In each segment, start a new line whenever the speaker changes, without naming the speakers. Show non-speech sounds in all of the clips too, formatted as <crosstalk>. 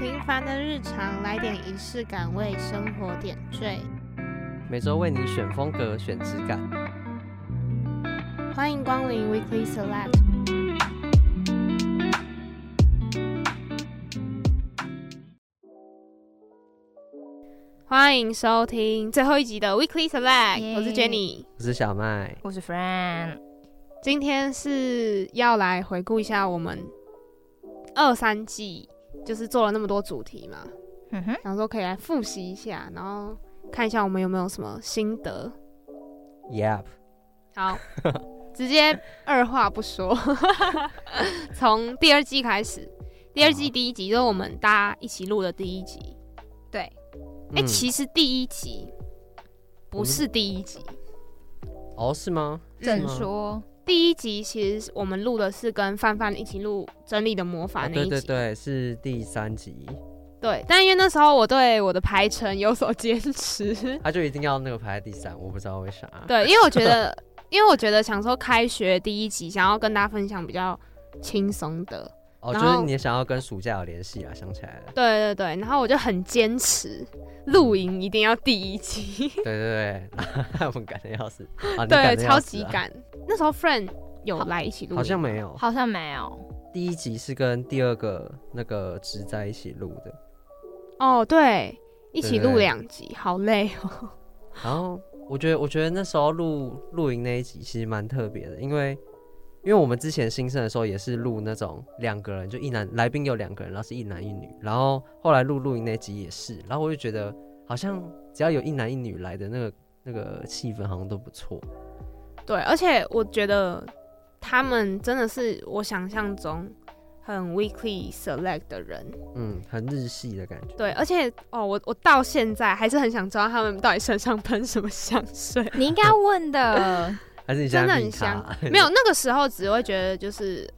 平凡的日常来点仪式感，为生活点缀。
每周为你选风格、选质感。
欢迎光临 Weekly Select。欢迎收听最后一集的 Weekly Select，、
耶
我是 Jenny。
我是小麦，
我是 Fran，
今天是要来回顾一下我们二三季，就是做了那么多主题嘛，
嗯哼，
想说可以来复习一下，然后看一下我们有没有什么心得。
Yep，
好， <laughs> 直接二话不说， <laughs> 从第二季开始。第二季
好
第一集就是我们大家一起录的第一集。对，哎、
嗯
其实第一集不是第一集，
嗯哦是吗？是
正
吗
说，
第一集其实我们录的是跟范范一起录《真理的魔法
啊》
那一
对
集。
对对，是第三集，
对但因为那时候我对我的排程有所坚
<laughs>
持，
他就一定要那个排在第三，我不知道为啥。
对，因为我觉得，因为我觉得想说开学第一集想要跟大家分享比较轻松的，
哦，
然
就是
后
你想要跟暑假有联系啊，想起来了。
对对对，然后我就很坚持，露营一定要第一
<laughs>
集，
对对对，我 <laughs> 们赶的要死啊！你
对，
赶得要
超
死
级
啊，
赶。那时候 friend 有来一起录，
好像没有。
好像没有，
第一集是跟第二个那个直在一起录的，
哦，对，一起
对对
录
对
两集，好累哦。
然后我觉得我觉得那时候录录营那一集其实蛮特别的，因为因为我们之前新生的时候也是录那种两个人，就一男来宾有两个人，然后是一男一女，然后后来录录营那集也是，然后我就觉得好像只要有一男一女来的那个那个气氛好像都不错，
对，而且我觉得他们真的是我想象中很 weekly select 的人，
嗯，很日系的感觉。
对，而且哦，我我到现在还是很想知道他们到底身上喷什么香水，
<laughs>
你应该问 <laughs> 的，
还是你现
真的
在
很
密他
香。
<laughs>
没有，那个时候只会觉得就是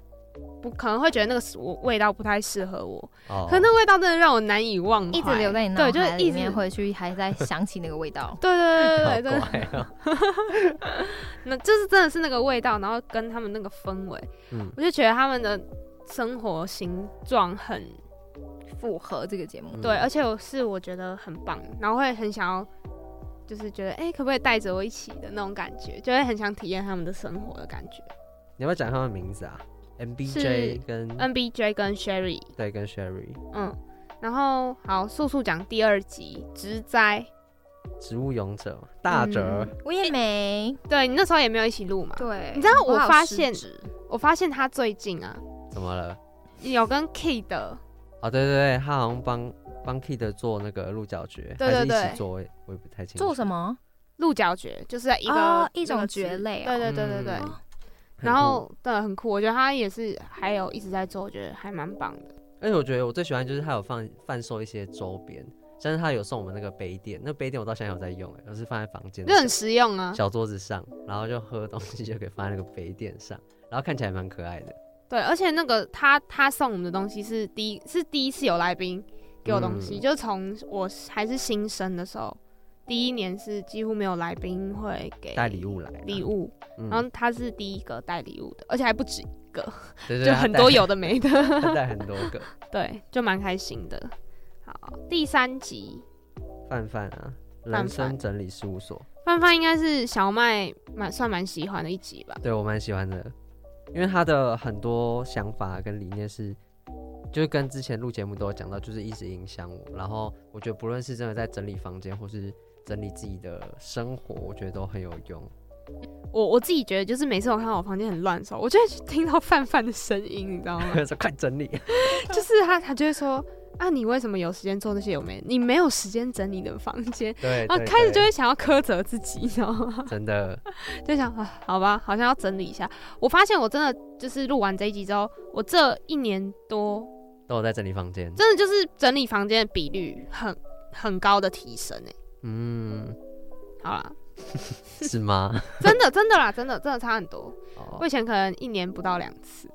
不可能会觉得那个味味道不太适合我，
哦
可那味道真的让我难以忘怀，
一直留在你脑
对，就是
海
一
里
直。
面，回去还在想起那个味 <laughs> 道
对对对
好
对对对，
怪哦，
那就是真的是那个味道，然后跟他们那个氛围，
嗯，
我就觉得他们的生活形状很
嗯
符合这个节目，
对，而且我是我觉得很棒，然后会很想要，就是觉得哎、诶可不可以带着我一起的那种感觉，就会很想体验他们的生活的感觉。
你要不要讲他们名字啊？MBJ 跟
NBJ 跟 Sherry，
对跟 Sherry
嗯，然后好，速速讲第二集植栽，
植物勇者大哲
嗯
我也没
对你那时候也没有一起录嘛？
对
你知道我
好
发
失
现
职
我发现他最近啊，
怎么了？
有跟 Kid，
哦，对对对，他好像帮帮 Kid 做那个鹿角蕨，
对对
还是一
对
起做，我也我也不太清楚。
做什？么？
鹿角蕨，就是一个、
哦一种蕨类
对
哦
对对对对。
嗯
然后对，很酷，我觉得他也是还有一直在做，我觉得还蛮棒的。
而且我觉得我最喜欢就是他有放贩售一些周边，像是他有送我们那个杯垫，那杯垫我到现在有在用、欸，我是放在房间的
就很实用啊。
小桌子上，然后就喝东西就可以放在那个杯垫上，然后看起来蛮可爱的。
对，而且那个他他送我们的东西是第一是第一次有来宾给我东西，
嗯
就从我还是新生的时候，第一年是几乎没有来宾会给
带礼物来啦，
礼物，
嗯，
然后他是第一个带礼物的，而且还不止，
对对
就
对
很
他
多
带
有的没的， <laughs>
他带很多个
对，就蛮开心的。好，第三集
范范啊，
范
人生整理事务所，
范范应该是小麦蛮算蛮喜欢的一集吧，
对我蛮喜欢的，因为他的很多想法跟理念是，就是跟之前录节目都有讲到，就是一直影响我。然后我觉得不论是真的在整理房间，或是整理自己的生活，我觉得都很有用。
我我自己觉得就是每次我看到我房间很乱的时候，我就会听到范范的声音，你知
<laughs>
道吗？
<laughs> 说快整理，
就是他，他就会说啊，你为什么有时间做那些有没？你没有时间整理你的房间，
对，
然后
哎对
哦开始就
对
会想要苛责自己，你知道吗？
真的，
就想啊，好吧，好像要整理一下。我发现我真的就是录完这一集之后，我这一年多
都有在整理房间。
真的就是整理房间的比率很很高的提升哎、
嗯，
好啦，<laughs>
是吗？
真的真的啦，真的真的差很多。我
哦，
以前可能一年不到两次，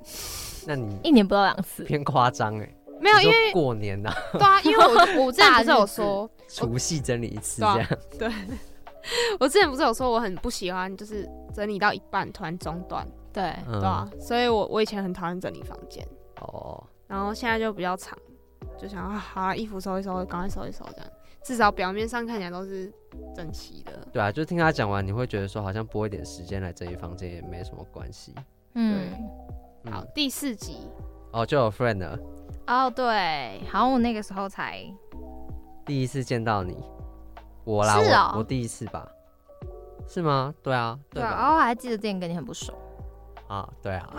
那你
一年不到两次，
偏夸张哎，
没有，
你
因
说
为
过年呐、
对啊，因为
<laughs>
我我之前不是
大
有
日子
说，
除夕整理一次
对啊
这样。
我之前不是有说我很不喜欢就是整理到一半突然中断。啊
对，
嗯
对啊，所以我我以前很讨厌整理房间，
哦，
然后现在就比较常就想啊，好啊，衣服收一收，赶快收一收，这样至少表面上看起来都是整齐的。
对啊，就听他讲完，你会觉得说好像拨一点时间来整理房间也没什么关系。
嗯，
嗯
好，第四集
哦，就有 friend 了，
哦对，好像我那个时候才，
第一次见到你，我啦，
是哦
我我第一次吧，是吗？对啊，
对
吧？
啊，哦，我还记得之前跟你很不熟，
啊，对啊，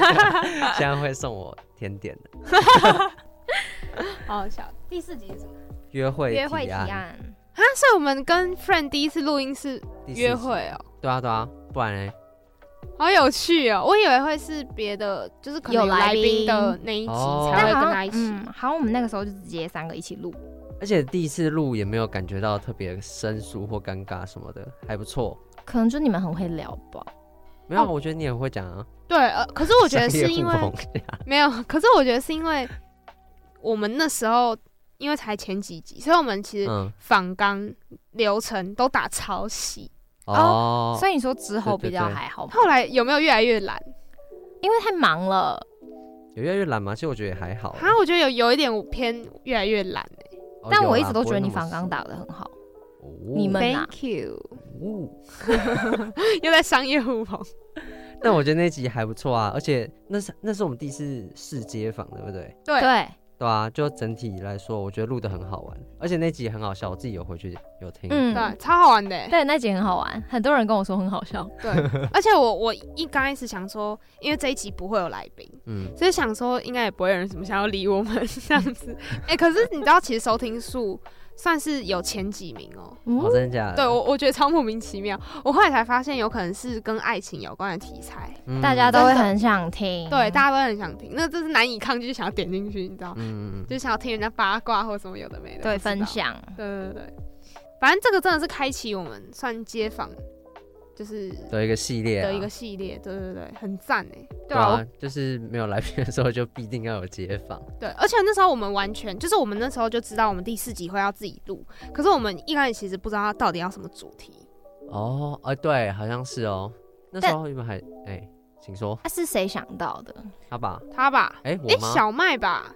<laughs> 现在会送我甜点的
好好笑。第四集是什么？
约会
约会提
案，
案，
啊，所以我们跟 friend 第一次录音是
第四集
约会哦、
对啊对啊，不然呢？
好有趣哦、我以为会是别的，就是可能
有来
来宾
宾
的那一集
哦
才会
好
跟他
像
一起。
嗯，好像我们那个时候就直接三个一起录，
而且第一次录也没有感觉到特别生疏或尴尬什么的，还不错。
可能就你们很会聊吧，
没有啊，
哦
我觉得你也会讲啊。
对，呃，可是我觉得
商业
是因
互啊
为
捧
<laughs>
没有，可是我觉得是因为我们那时候因为才前几集，所以我们其实
嗯
访纲流程都打超细。
哦，
所以你说之后
对对
比较
对
还好吗？
后来有没有越来越懒？
因为太忙了，
有越来越懒嘛？其实我觉得也还好欸。
啊，我觉得有有一点偏越来越懒、欸、
哦
但
有
我一
啦
直都
不会
觉得
那
你
么
反刚
死
打的很好，
哦
你们啊
Thank you， <laughs>
哦
又在商业互捧。
<laughs> 但我觉得那集还不错啊，而且那是那是我们第一次试街访，对不对？
对
对，
对啊，就整体来说，我觉得录的很好玩，而且那集很好笑，我自己有回去有听。
嗯，
对，超好玩的、欸。
对，那集很好玩，很多人跟我说很好笑。
对，而且我我一刚开始想说，因为这一集不会有来宾，
嗯，
所以想说应该也不会有人什么想要理我们这样
<laughs>
子。哎、可是你知道，其实收听数算是有前几名哦、
嗯
哦，真的假的？
对我，我觉得超莫名其妙。我后来才发现，有可能是跟爱情有关的题材，
嗯
大家都会很想听，
对，大家都很想听。那这是难以抗拒，想要点进去，你知道，
嗯嗯
就是想要听人家八卦或什么有的没的。
对
不知道
分。享，
对对对，对反正这个真的是开启我们算街访，就是
嗯的一个系列啊
的一个系列。对对对，很赞哎。
对啊，就是没有来宾的时候就必定要有街访，
对，而且那时候我们完全就是我们那时候就知道我们第四集会要自己录，可是我们一开始其实不知道它到底要什么主题。
哦，哎、对，好像是哦。那时候你们还哎、请说
那是谁想到 <laughs> 的？
他吧？
他吧，
哎、我
哎、
吗？
小麦吧，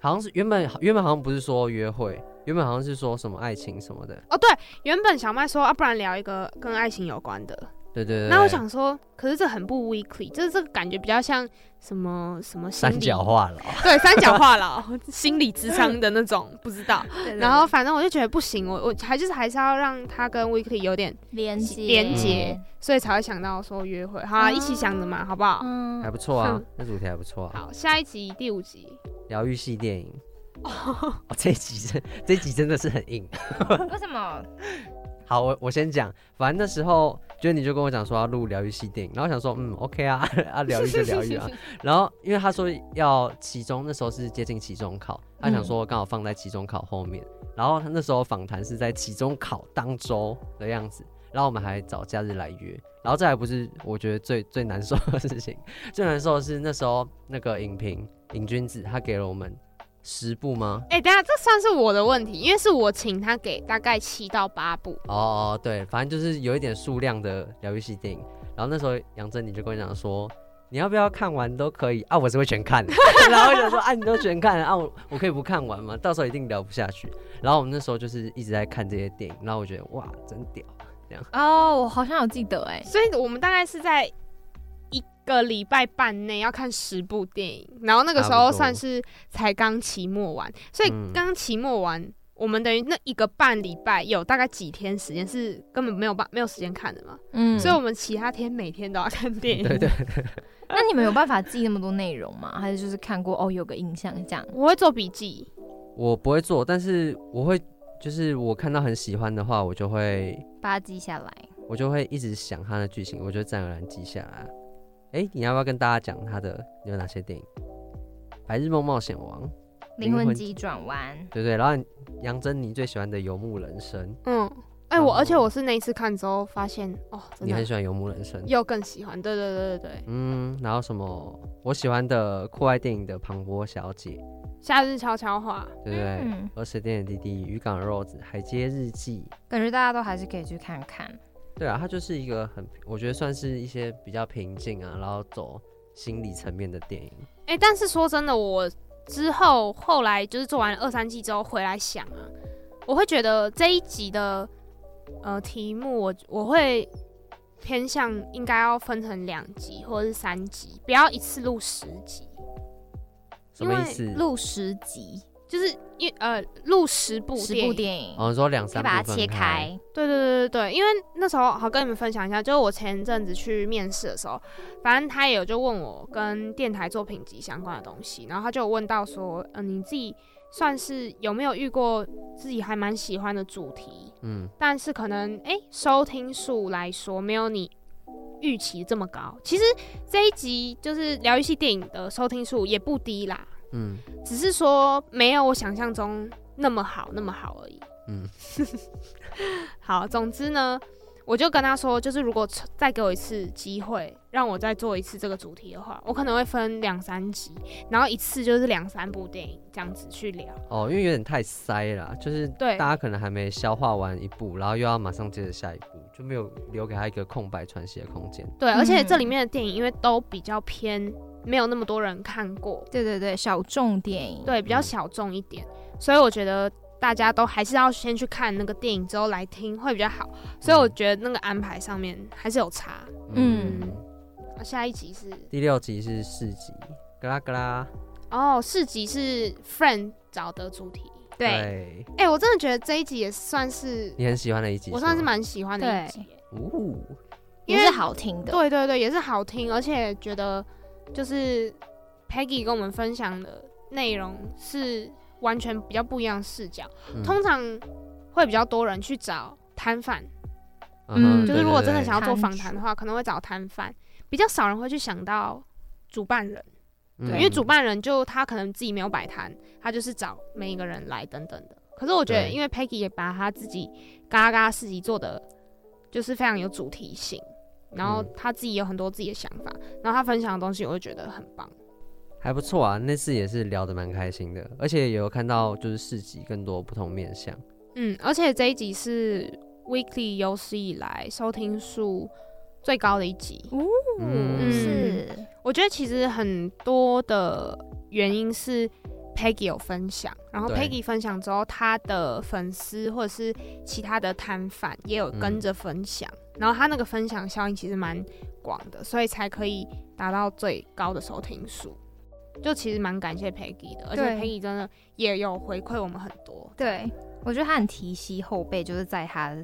好像是原本原本好像不是说约会，原本好像是说什么爱情什么的。
哦对，原本小麦说啊，不然聊一个跟爱情有关的。
对对对。
那我
对
想说，可是这很不 weekly，就是这个感觉比较像什么什么心理
三角，化了，
对，三角化
<laughs>
了，心理智商的那种，不知道。然后反正我就觉得不行，我我还就是还是要让它跟 weekly 有点，
连接
连接，所以才会想到说约会，好、啊，一起想的嘛，好不好？
嗯
还，不错啊
哼，
那主题还不错啊。
好，下一集第五集，
疗愈系电影。哦，这一集真这一集真的是很硬。 <laughs>
为什么？
好，我我先讲，反正那时候就你就跟我讲说要录疗愈系电影，然后我想说嗯 OK 啊 <laughs> 啊疗愈就疗愈啊，然后因为他说要期中那时候是接近期中考，他想说刚好放在期中考后面，然后他那时候访谈是在期中考当周的样子，然后我们还找假日来约，然后再来不是我觉得最最难受的事情，最难受的是那时候那个影评尹君子他给了我们十部吗？
<laughs> 哎、等一下这算是我的问题，因为是我请他给大概七到八部，
哦哦，对，反正就是有一点数量的疗愈系电影。然后那时候杨真你就跟我讲说，你要不要看完都可以啊，我是会全看的。然后我想说啊，你都全看了啊，我我可以不看完吗？到时候一定聊不下去。然后我们那时候就是一直在看这些电影，然后我觉得哇，真屌。
哦，我好像有记得哎，
所以我们大概是在一个礼拜半内要看十部电影，然后那个时
差不
候
多
算是才刚期末完，所以
嗯
刚期末完。我们等于那一个半礼拜有大概几天时间是根本没有办没有时间看的嘛，
嗯，
所以我们其他天每天都要看电影。
对对，
嗯那你们有办法记那么多内容吗？还是就是看过哦，有个印象这样？
我会做笔记，
我不会做，但是我会，就是我看到很喜欢的话，我就会
把它记下来。
我就会一直想它的剧情，我就自然而然记下来。哎、你要不要跟大家讲它的有哪些电影？《白日梦冒险王》。灵
灵
魂
魂急转弯，
对对，然后杨珍妮最喜欢的游牧人生，
嗯，哎、
然后
我而且我是那一次看之后发现，哦，真
哦你很
的
喜欢游牧人生，
又更喜欢，对对对对对，
嗯，然后什么我喜欢的酷爱电影的庞波小姐，
夏日悄悄话，
对不对？
嗯，
儿时电影弟弟，渔港 Rose，海街日记，
感觉大家都还是可以去看看。
对啊，它就是一个很，我觉得算是一些比较平静啊，然后走心理层面的电影。
哎、但是说真的，我之后后来就是做完了二三季之后回来想啊，我会觉得这一集的呃题目我我会偏向应该要分成两集或者是三集，不要一次录十集，
什么意思？
录十集，
就是因呃录十部
十
电
部
影。
电影，
哦，你说两
可
三
以把它
部分
切开。
对对对对对，因为那时候好跟你们分享一下，就是我前阵子去面试的时候，反正他也有就问我跟电台作品集相关的东西，然后他就有问到说，嗯、你自己算是有没有遇过自己还蛮喜欢的主题，
嗯，
但是可能诶收听数来说没有你预期这么高。其实这一集就是疗愈系电影的收听数也不低啦，
嗯
只是说没有我想象中那么好那么好而已。
嗯，
<laughs> 好，总之呢，我就跟他说，就是如果重再给我一次机会，让我再做一次这个主题的话，我可能会分两三集，然后一次就是两三部电影这样子去聊。
哦，因为有点太塞了啦，就是
对
大家可能还没消化完一步，然后又要马上接着下一步，就没有留给他一个空白喘息的空间。
对，而且
嗯
这里面的电影因为都比较偏，没有那么多人看过，
对对对，小众电影。
对，比较
嗯
小众一点，所以我觉得大家都还是要先去看那个电影之后来听会比较好。所以我觉得那个安排上面还是有差。
嗯
啊下一集是
第六集是四集，格拉格拉，
哦，四集是 Friend 找的主题。
对，
哎、我真的觉得这一集也算是
你很喜欢的一集吗，
我算是蛮喜欢的一
对
集耶。
哦，
因
也
为
是好听的。
对对对，也是好听，而且觉得就是 Peggy 跟我们分享的内容是完全比较不一样的视角，
嗯
通常会比较多人去找摊贩，
嗯哼，
嗯
就
对
是如果真的
对
想要做
摊
访谈的话，可能会找摊贩，比较少人会去想到主办人，
对
对
嗯
因为主办人就他可能自己没有摆摊，他就是找每一个人来等等的。可是我觉得，
对
因为 Peggy 也把他自己嘎嘎四集做的，就是非常有主题性，然后
嗯
他自己有很多自己的想法，然后他分享的东西，我就觉得很棒。
还不错啊，那次也是聊得蛮开心的，而且也有看到就是四集更多不同面向，
嗯，而且这一集是 Weekly 有史以来收听数最高的一集。
嗯
是，
我觉得其实很多的原因是 Peggy 有分享，然后
对
Peggy 分享之后，他的粉丝或者是其他的摊贩也有跟
嗯
着分享，然后他那个分享效应其实蛮广的，所以才可以达到最高的收听数。就其实蛮感谢 Peggy 的，而且
对
Peggy 真的也有回馈我们很多。
对，我觉得他很提携后辈，就是在他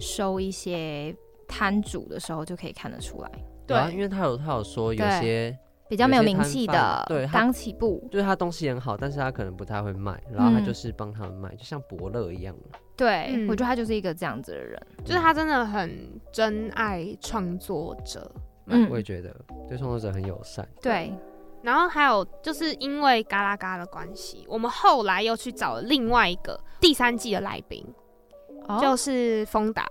收一些摊主的时候就可以看得出来，
对
啊，因为他有他有说有
对
些
比较没有
有些
名气
摊贩
的，
对他
刚起步，
就是他东西很好，但是他可能不太会卖，然后他
嗯
就是帮他们卖，就像伯乐一样嘛，
对、
嗯
我觉得他就是一个这样子的人，
就是他真的很真爱创作者，
嗯
我也觉得对创作者很友善，
对，
然后还有就是因为嘎啦嘎的关系，我们后来又去找了另外一个第三季的来宾，
哦
就是丰达，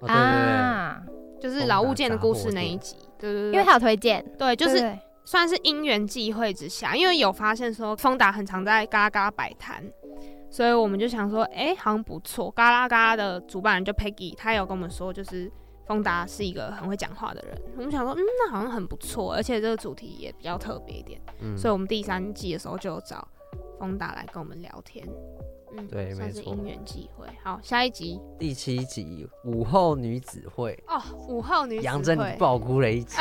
哦对
啊
对
啊
就是老物件的故事那一集。对对对，
因为他有推荐，
对，就
对
是
对
算是因缘际会之下，因为有发现说丰达很常在嘎啦嘎摆摊，所以我们就想说，哎、好像不错。嘎啦嘎的主办人就 Peggy，他有跟我们说，就是丰达是一个很会讲话的人。我们想说，嗯，那好像很不错，而且这个主题也比较特别一点。
对，嗯
所以我们第三季的时候就有找丰达来跟我们聊天，嗯，
对
算是
没错
因缘际会。好，下一集
第七集午后女子会，
哦，午后女子
杨真
会
爆哭了一
<laughs>
集。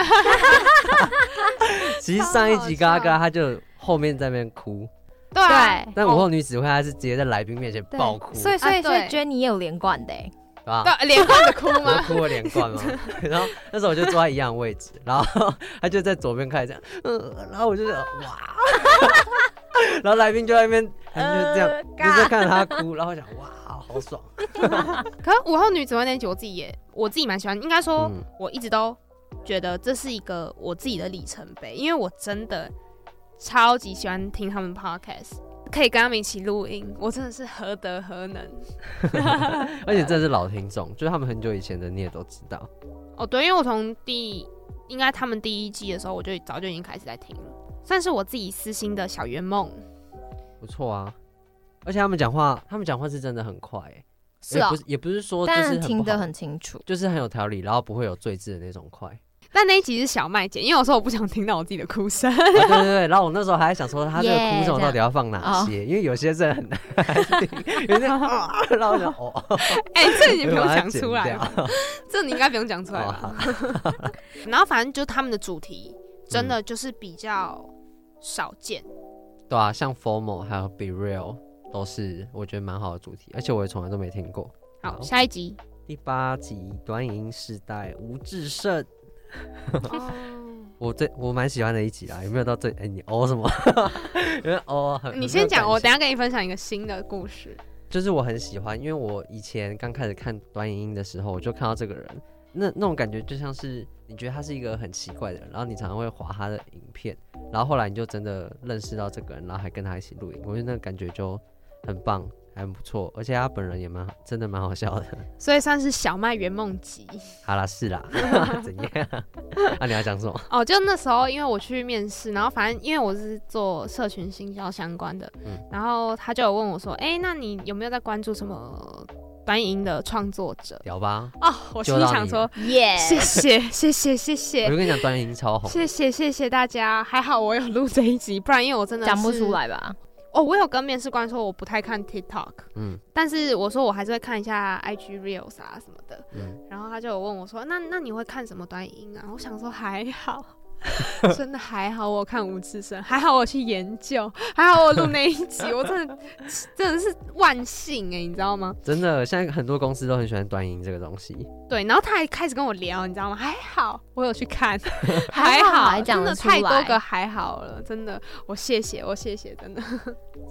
其实上一集嘎嘎嘎，他就后面在那边哭，
对啊，
对
但午后女子会他是直接在来宾面前
哦对
爆哭，
所以所以、
啊
所
对
以 Jenny 也有连贯的欸，
对吧？
对，连贯的哭
我就
吗？ <laughs>
哭了连贯嘛。然后那时候我就坐在一样的位置，然后他就在左边开始这样，嗯，然后我就想哇， <laughs> 然后来宾就在那边，他就这
呃
样，就在看他哭，然后我想哇，好爽，
可是午后女子会那一集，我自己也我自己蛮喜欢，应该
哦
说
嗯
我一直都觉得这是一个我自己的里程碑，因为我真的超级喜欢听他们 podcast。可以跟他们一起录音，我真的是何德何能
而且这是老听众，就是他们很久以前的你也都知道，
哦！对，因为我从第应该他们第一季的时候，我就早就已经开始在听了，算是我自己私心的小圆梦。
不错啊。而且他们讲话，他们讲话是真的很快、欸，
是
也
哦
啊
不是也不是说就是
但
很
听
不
得
好
很清楚，
就是很有条理，然后不会有罪字的那种快。 <laughs>
但那一集是小麦姐，因为我说我不想听到我自己的哭声。
啊对对对，然后我那时候还在想说，他这个哭声我到底要放哪
Yeah，
<laughs>
这
些？
哦
因为有些真的很难听，有些啊，然后我想
<laughs>
哦，
哎、这你不
<laughs> 我
用
把它
讲
剪
出来吧
掉，哦
这你应该不用讲出来吧？ <laughs> 然后反正就他们的主题真
嗯
的就是比较少见，
<laughs> 对啊，像 Formal 还有 Be Real 都是我觉得蛮好的主题，而且我也从来都没听过。
好，下一
<laughs>
集。
第八集短影音时代吴志胜，我最我蛮喜欢的一集啦，有没有到最？哎、你哦什么？ <laughs> 因为哦，很
你先讲，我等
下
一下跟你分享一个新的故事。
就是我很喜欢，因为我以前刚开始看短影音的时候，我就看到这个人，那那种感觉就像是你觉得他是一个很奇怪的人，然后你常常会划他的影片，然后后来你就真的认识到这个人，然后还跟他一起录影，我觉得那个感觉就很棒，还很不错，而且他本人也蛮真的蛮好笑的。 <laughs>
所以算是小麦圆梦集
好啦，是啦，怎样？啊，你要讲什么？
哦。就那时候，因为我去面试，然后反正因为我是做社群行销相关的，
嗯
然后他就有问我说：“哎、那你有没有在关注什么短影音的创作者
聊吧。？”
哦，我心
就
里
让
想
你哎
说，
耶
谢谢，谢谢，谢谢
我就，跟你讲，短影音超红，
谢谢谢谢大家，还好我有录这一集，不然因为我真的
讲不
是
出来吧？
哦。我有跟面试官说我不太看 TikTok，
<laughs> 嗯
但是我说我还是会看一下 IG Reels 啊什么的。
嗯，
然后他就有问我说：“那那你会看什么短影音啊？”我
哦
想说还好，
<laughs>
真的还好，我有看吴志胜，还好我有去研究，还好我有录那一集，我真的真的是万幸哎、你知道吗？
真的，现在很多公司都很喜欢短影音这个东西。
对，然后他还开始跟我聊，你知道吗？还好我有去看，
还好还讲
真
得
的
出
太多
来
个还好了，真的，我谢谢，我谢谢，真的。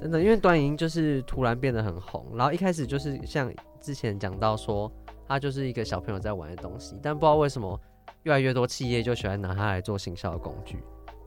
真的，因为短影音就是突然变得很红，然后一开始就是像之前讲到说，它就是一个小朋友在玩的东西，但不知道为什么越来越多企业就喜欢拿它来做行销的工具。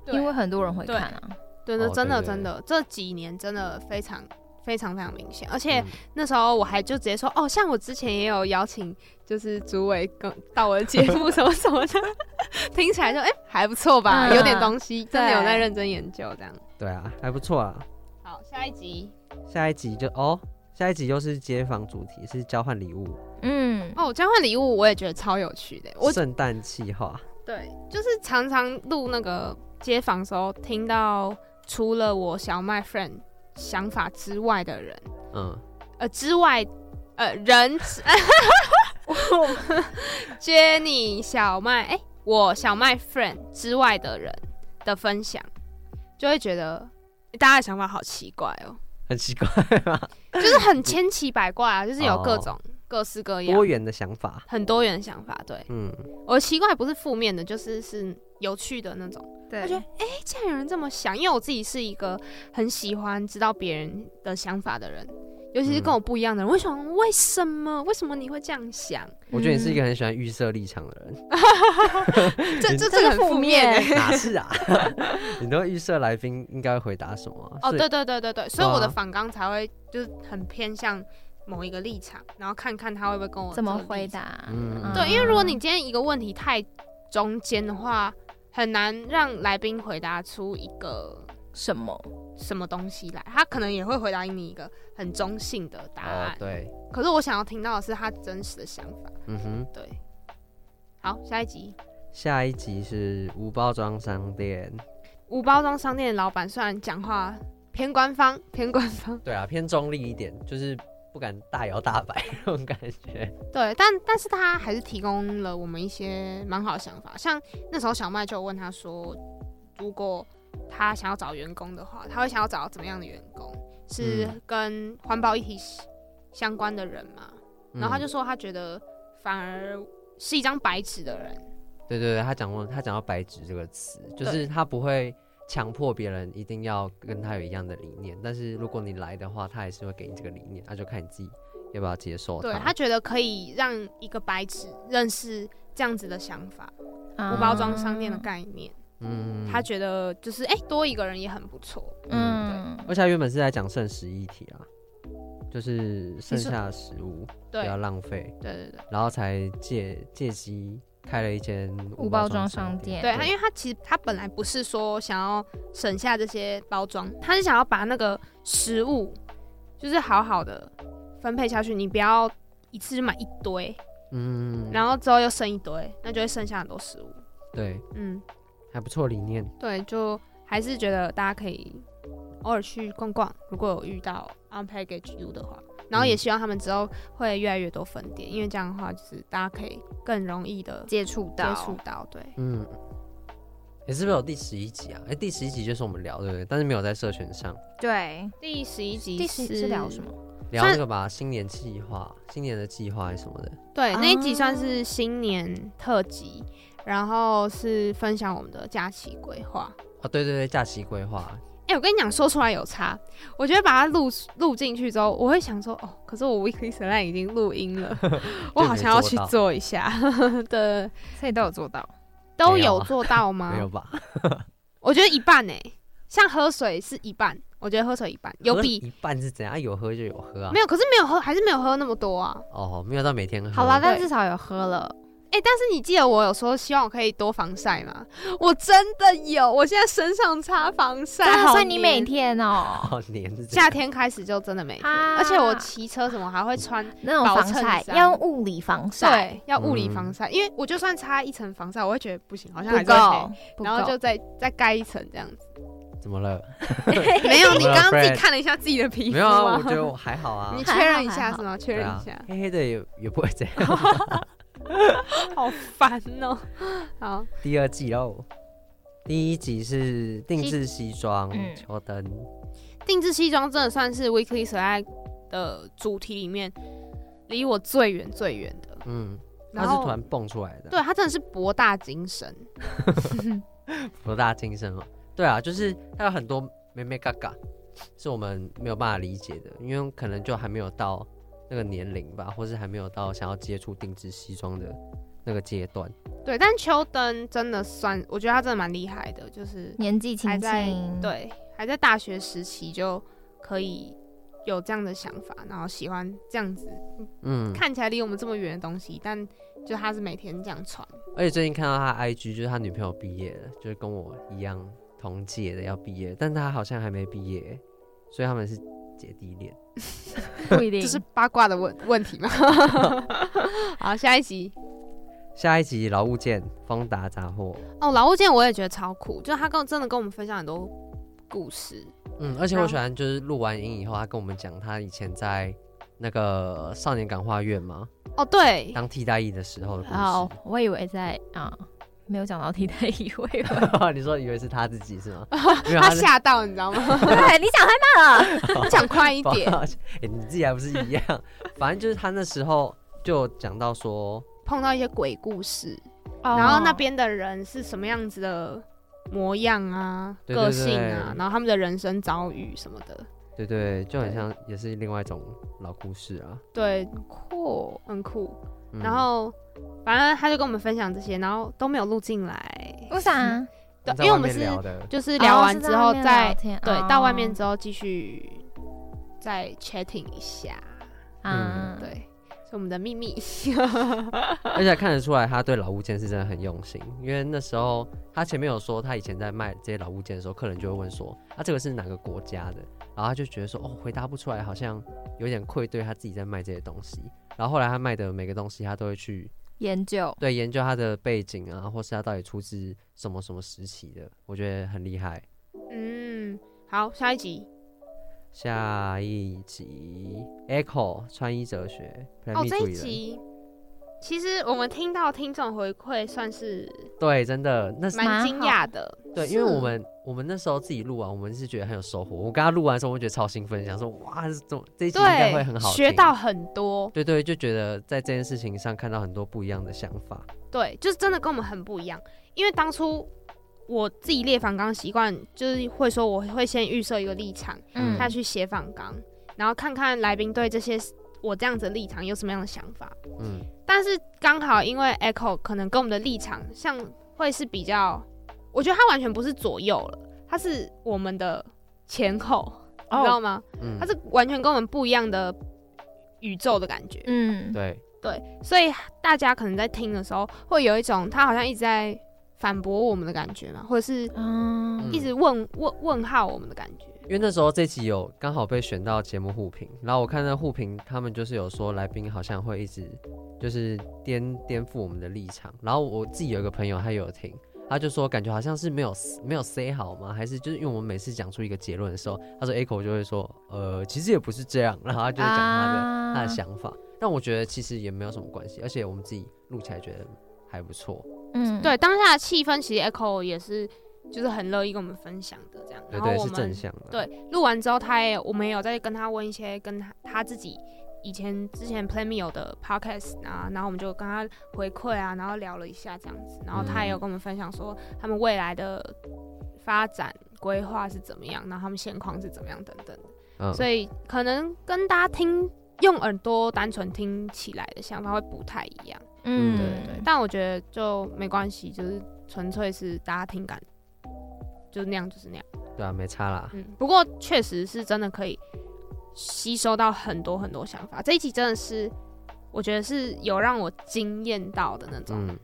因为很多人会
对
看啊，
对对，
哦
真的
对对
真的，这几年真的非常非常非常明显，而且
嗯
那时候我还就直接说，哦，像我之前也有邀请，就是组委跟到我的节目什么什么的， <laughs> 听起来就哎、还不错吧，
嗯
有点东西，真的有
对
在认真研究这样。
对啊，还不错啊。
好，下一集
下一集就哦，下一集又是街坊主题，是交换礼物，
嗯，
哦，交换礼物我也觉得超有趣的，我
圣诞气话。
对，就是常常录那个街访的时候，听到除了我小麦 friend 想法之外的人，
嗯，
呃之外，呃人，Jenny 小麦，哎、我小麦 friend 之外的人的分享，就会觉得大家的想法好奇怪哦，
很奇怪吧？
就是很千奇百怪啊，就是有各
嗯哦
种、各式各样
多元的想法。
很多元的想法。对
嗯，
我的奇怪不是负面的，就是是有趣的那种。
嗯
我觉得，哎、竟然有人这么想，因为我自己是一个很喜欢知道别人的想法的人，尤其是跟我不一样的人。我会想，为什么？为什么你会这样想？
我觉得你是一个很喜欢预设立场
<laughs>
的人，
这这
这
这
个
个很
负
负
面
面、
欸
欸。
哪是啊？ <laughs> 你都会预设来宾应该会回答什么
哦，
啊、所以
对对对对对，所以
对啊
我的反纲才会就是很偏向某一个立场，然后看看他会不会跟我
<laughs> 怎么
这个立
回
场。
答？
嗯
对，因为如果你今天一个问题太中间的话，很难让来宾回答出一个
什么？
什么东西来，他可能也会回答你一个很中性的答
哦
案，。
对，
可是我想要听到的是他真实的想法。
嗯哼。
对，好，下一集
下一集是无包装商店，
无包装商店的老板虽然讲话偏官方，偏官方，
对啊，偏中立一点，就是不敢大摇大摆 <laughs> 那种感觉。
<laughs> 对，但但是他还是提供了我们一些蛮好的想法。像那时候小麦就有问他说，如果他想要找员工的话，他会想要找怎么样的员工？是
嗯
跟环保议题相关的人吗？
嗯
然后他就说他觉得反而是一张白纸的人，
对对对，他讲过，他讲到白纸这个词，就是
对
他不会强迫别人一定要跟他有一样的理念，但是如果你来的话，他还是会给你这个理念，那就看你自己要不要接受它。
对他觉得可以让一个白纸认识这样子的想法，
啊
无包装商店的概念，
嗯
他觉得就是哎、多一个人也很不错。
嗯，
而且他原本是在讲剩食议题啊，就是剩
你说
下的食物不
对
要浪费，
对对对。
然后才借借机开了一间
无包装商店
对他，因为他其实他本来不是说想要省下这些包装，他是想要把那个食物就是好好的分配下去，你不要一次就买一堆，
嗯，
然后之后又剩一堆，那就会剩下很多食物。
对，
嗯，
还不错理念。
对，就还是觉得大家可以偶尔去逛逛，如果有遇到 unpackage U 的话，然后也
嗯
希望他们之后会越来越多分店，因为这样的话就是大家可以更容易的
接触
接
到
触到，对，
嗯，也、是不是有第十一集啊？哎、第十一集就是我们聊对不对？但是没有在社群上
对，
第十一集
第十
是
是聊什？么？
聊
算
那个吧，新年计划、新年的计划还是什么的。
对，那一集
啊
算是新年特辑，然后是分享我们的假期规划。
哦，对对对，假期规划，
哎、我跟你讲，说出来有差。我觉得把它录录进去之后，我会想说，哦，可是我 weekly s e l e 已经录音
<laughs>
了，我好像要去做一下。 <laughs> 对，
所以都有做到。
都
没有
有
啊
做到吗？
没有吧？
我觉得一半哎、像喝水是一半，我觉得喝水一半有
喝
比
<laughs> 一半是怎样？啊有喝就有喝啊。
没有，可是没有喝，还是没有喝那么多啊。
哦，没有到每天喝。
好啦，但
对
至少有喝了。
哎、但是你记得我有说希望我可以多防晒吗？我真的有，我现在身上擦防晒，
啊
好
所以你每
黏
天
<laughs>
<laughs> 哦，
好黏是这样
夏天开始就真的没天，
啊
而且我骑车什么还会穿，
那种
薄
防
衬
晒
衫
要用物理防晒，
对，要物理
嗯
防晒，因为我就算擦一层防晒，我会觉得不行，好像
不
还是会
够
黑，，
不
然后
够
就再再盖一层这样子。
怎么了？
<laughs> 没有，你
怎么了
刚刚自己
Fred？
看了一下自己的皮肤
没有啊，
吗
我觉得我还好啊
<laughs> 你。
还
确
好
认一下
还好
是吗？确
对
认
啊
一下，
黑黑的也也不会这样。
好烦哦。好，
第二季喽，第一集是定制西装、
嗯
秋灯，
定制西装真的算是 Weekly 所爱的主题里面离我最远最远的。
嗯，它
然
是突
后
然，蹦出来的，
对，他真的是博大精深。
博大精深哦。对啊，就是它有很多美美嘎嘎，是我们没有办法理解的，因为可能就还没有到那个年龄吧，或是还没有到想要接触定制西装的那个阶段。
对，但秋灯真的算，我觉得他真的蛮厉害的，就是
年纪轻
还在
轻，，
对，还在大学时期就可以有这样的想法，然后喜欢这样子，
嗯，
看起来离我们这么远的东西，但就他是每天这样穿，
而且最近看到他 IG，就是他女朋友毕业了，就是跟我一样同届的要毕业，但他好像还没毕业，所以他们是姐弟恋。
不一定
就是八卦的问问题嘛。 <laughs> 好，下一集
下一集劳务见，丰达杂货。
哦，劳务健我也觉得超酷，就是他跟真的跟我们分享很多故事，
嗯，而且
然
我
后
喜欢就是录完音以后，他跟我们讲他以前在那个少年感化院嘛，
哦，对，
当替代役的时候的故
哦
事。，
我以为在啊，没有讲到替代役，我 <laughs> 以
<laughs>
为
你说以为是他自己是
<laughs>
吗？没有，
他
是
吓到你知道
<laughs>
吗？
对你讲太
你讲快一
抱
点
<laughs> 歉，哎你自己还不是一
<laughs>
样？反正就是他那时候就讲到说，
碰到一些鬼故事，
慢
哦
了，
然后那边的人是什么样子的模样啊、
对
个
对对
性啊，然后他们的人生遭遇什么的，
对对，就很像也是另外一种老故事啊。
对，酷，很酷。
嗯
然后反正他就跟我们分享这些，然后都没有录进来，
为啥？啊哦
对
在
因为我
外
们
面
是
聊的，
就是聊完之后再、对到外面
走
之后继续再 chatting 一下，
嗯
啊，
对，是我们的秘密。 <laughs>
<laughs> 而且看得出来他对老物件是真的很用心，因为那时候他前面有说他以前在卖这些老物件的时候，客人就会问说啊这个是哪个国家的，然后他就觉得说哦回答不出来，好像有点愧对他自己在卖这些东西。然后后来他卖的每个东西，他都会去
研究
对研究他的背景啊，或是他到底出自什么什么时期的，我觉得很厉害。
嗯，好，下一集
下一集 Echo 穿衣哲学，
哦，这一集。其实我们听到听众回馈算是
对，真的那是
蛮惊讶的，
对，因为我们我们那时候自己录完，我们是觉得很有收获。我跟他录完的时候，我觉得超兴奋，想说哇，这种这一集应该会很
对，
好听
学到。很多，
对对，就觉得在这件事情上看到很多不一样的想法。
对，就是真的跟我们很不一样。因为当初我自己列访纲习惯，就是会说我会先预设一个立场，
嗯
再去写访纲，然后看看来宾对这些我这样子的立场有什么样的想法。
嗯，
但是刚好因为 Echo 可能跟我们的立场像会是比较，我觉得他完全不是左右了，他是我们的前后，你知道
哦，
吗？
嗯
他是完全跟我们不一样的宇宙的感觉。
嗯，
对，
对，所以大家可能在听的时候，会有一种他好像一直在反驳我们的感觉嘛，或者是
嗯，
一直问问问号我们的感觉。
因为那时候这集有刚好被选到节目互评，然后我看那互评他们就是有说来宾好像会一直就是颠颠覆我们的立场，然后我自己有一个朋友他也有听，他就说感觉好像是没有没有 say 好吗？还是就是因为我们每次讲出一个结论的时候，他说 Echo 就会说呃其实也不是这样，然后嗯他就是讲他的、
啊
他的想法。但我觉得呃其实也没有什么关系，而且我们自己录起来觉得还不错。
嗯，
对，当下的气氛，其实 Echo 也是就是很乐意跟我们分享的这样。
对
然后
对，
我
是正
们
向的。，
对录完之后，他也我们也有在跟他问一些跟他他自己以前之前 Play Me 有的 podcast 啊，然后我们就跟他回馈啊，然后聊了一下这样子，然后他也有跟我们分享说他们未来的发展规划是怎么样，然后他们现况是怎么样等等的。
嗯，
所以可能跟大家听用耳朵单纯听起来的想法会不太一样，
嗯
嗯，
对对对。但我觉得就没关系，就是纯粹是大家听感，就那样就是那样。
对啊，没差啦。
嗯，不过确实是真的可以吸收到很多很多想法。这一集真的是，我觉得是有让我惊艳到的那种，
嗯，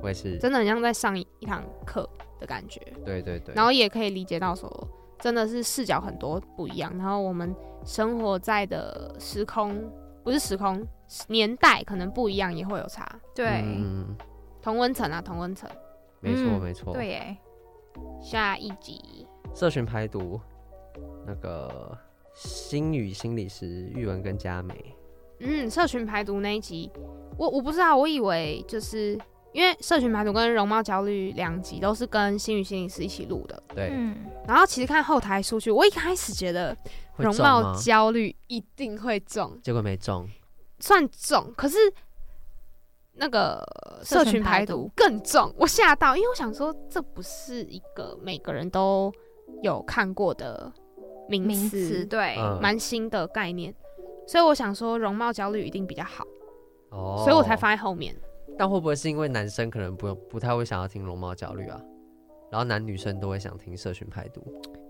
我也是。
真的很像在上一一堂课的感觉。
对对对。
然后也可以理解到说，真的是视角很多不一样。然后我们生活在的时空不是时空年代可能不一样，也会有差。
对
嗯，嗯嗯
同温层啊，同温层。
没错
嗯
没错。
对，哎，
下一集
社群排毒，那个心语心理师玉文跟佳美，
嗯，社群排毒那一集，我我不知道，我以为就是因为社群排毒跟容貌焦虑两集都是跟心理心理师一起录的，
对，
嗯，
然后其实看后台数据，我一开始觉得
会
容
中
貌
吗
焦虑一定会中，
结果没中，
算重，可是那个社
社
群
群
排
排
毒
毒
更重，我吓到，因为我想说这不是一个每个人都有看过的名
名词
词，
对，
嗯
蛮新的概念，所以我想说容貌焦虑一定比较好。
哦，
所以我才。放在后面。
但会不会是因为男生可能不不太会想要听容貌焦虑啊？然后男女生都会想听社群排毒，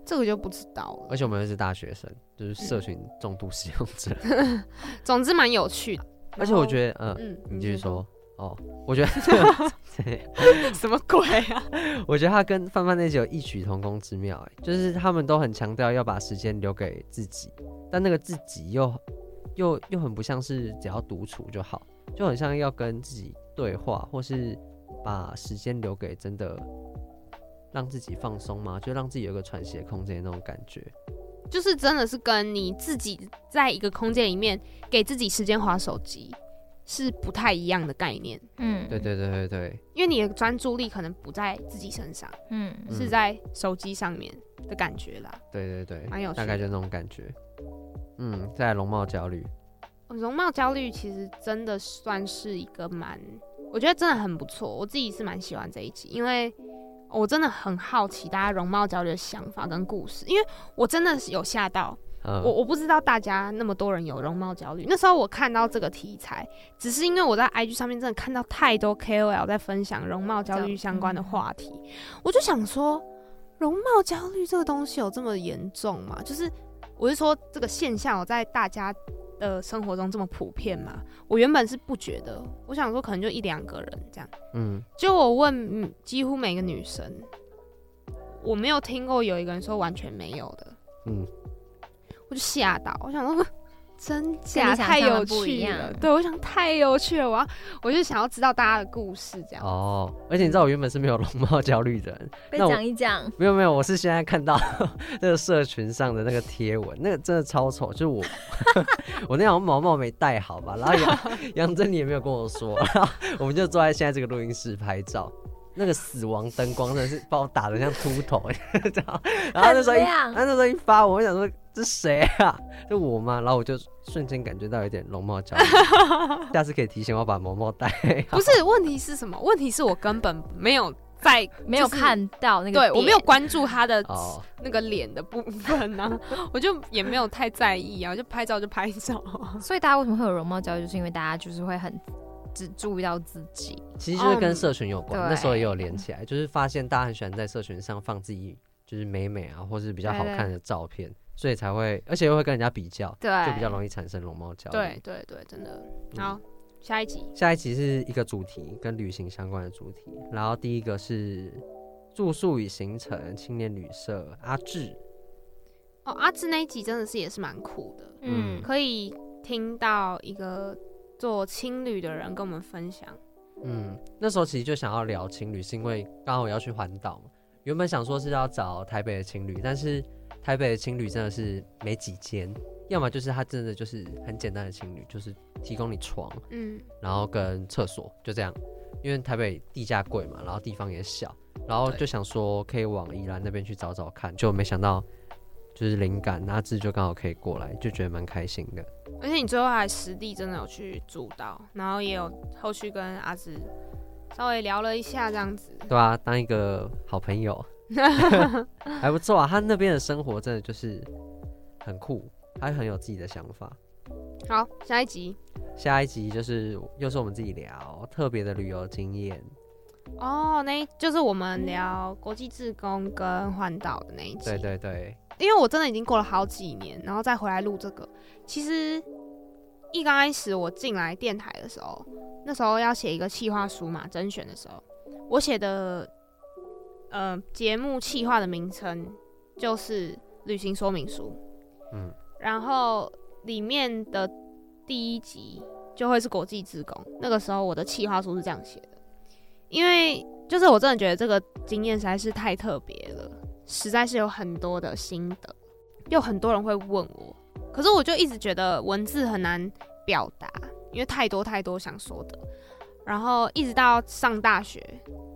这个就不知道了
而。且我们又是大学生，就是社群重度使用者。
总之蛮有趣的。
而且我觉得，
得
嗯，
嗯，
你
你
继续
先
说。哦，我觉得对，
说 <laughs> 什么鬼啊？
我觉得他跟范范那集有异曲同工之妙、欸，就是他们都很强调要把时间留给自己，但那个自己又又又很不像是只要独处就好，就很像要跟自己对话，或是把时间留给真的让自己放松嘛，就让自己有一个喘息的空间那种感觉。
就是真的是跟你自己在一个空间里面给自己时间划手机是不太一样的概念，
嗯，
对，对对对对，
因为你的专注力可能不在自己身上，
嗯，
是
嗯
在手机上面的感觉啦。
对对对，
蛮有趣
大概就那种感觉。嗯，再来容貌焦虑，
容貌焦虑其实真的算是一个蛮，我觉得真的很不错，我自己是蛮喜欢这一集，因为我真的很好奇大家容貌焦虑的想法跟故事，因为我真的是有吓到，
嗯，
我我不知道大家那么多人有容貌焦虑。那时候我看到这个题材，只是因为我在 IG 上面真的看到太多 KOL 在分享容貌焦虑相关的话题，我就想说，容貌焦虑这个东西有这么严重吗？就是我是说这个现象有在大家的生活中这么普遍吗？我原本是不觉得，我想说可能就一两个人这样。
嗯，
就我问嗯几乎每个女生，我没有听过有一个人说完全没有的。
嗯，
我就吓到，我想说 <laughs> 真假
想象
太有
的不
趣
一样
了，对我想太有趣了，我要我就想要知道大家的故事这样。
哦，而且你知道我原本是没有容貌焦虑的人，
被
那我啊
讲一讲，
没有没有，我是现在看到 <laughs> 那个社群上的那个贴文，那个真的超丑，就是我 <laughs> 我那条毛毛没戴好吧，然后杨杨真理也没有跟我说，然后我们就坐在现在这个录音室拍照。那个死亡灯光真的是把我打得像秃头， <laughs> 这样。然后那啊时候一，
很亮
那时候一发我，我想说这谁啊？是我吗？然后我就瞬间感觉到有点容貌焦虑。下次可以提醒我把毛毛戴好。
不是，问题是什么？问题是我根本 <laughs> 没有在，
没有
就是
看到那个
对
点，
我没有关注他的 <laughs>
哦，
那个脸的部分呢、啊， <laughs> 我就也没有太在意啊，我就拍照就拍照。
所以大家为什么会有容貌焦虑，就是因为大家就是会很只注意到自己，
其实就是跟
嗯
社群有关，
对
那时候也有连起来，就是发现大家很喜欢在社群上放自己就是美美啊，或是比较好看的照片，所以才会，而且又会跟人家比较，
对，
就比较容易产生容貌焦虑。
对，对对，真的。
嗯
好，下一集
下一集是一个主题跟旅行相关的主题，然后第一个是住宿与行程青年旅社阿志，
哦，阿志那一集真的是也是蛮酷的，
嗯
嗯，
可以听到一个做青旅的人跟我们分享
嗯，那时候其实就想要聊情侣，是因为刚好要去环岛嘛。原本想说是要找台北的情侣，但是台北的情侣真的是没几间，要么就是他真的就是很简单的情侣，就是提供你床，
嗯，
然后跟厕所就这样。因为台北地价贵嘛，然后地方也小，然后就想说可以往宜兰那边去找找看，就没想到就是灵感，那志就刚好可以过来，就觉得蛮开心的。
而且你最后还实地真的有去住到，然后也有后续跟阿芝稍微聊了一下这样子。
对啊，当一个好朋
<laughs>
友还不错啊。他那边的生活真的就是很酷，他很有自己的想法。
好，下一集
下一集就是又是我们自己聊特别的旅游经验，
哦，那一就是我们聊国际志工跟环岛的那一集。
对对对，
因为我真的已经过了好几年，然后再回来录这个。其实一刚开始我进来电台的时候，那时候要写一个企划书嘛，甄选的时候，我写的呃节目企划的名称就是旅行说明书，
嗯，
然后里面的第一集就会是国际职工。那个时候我的企划书是这样写的，因为就是我真的觉得这个经验实在是太特别了。实在是有很多的心得，有很多人会问我，可是我就一直觉得文字很难表达，因为太多太多想说的。然后一直到上大学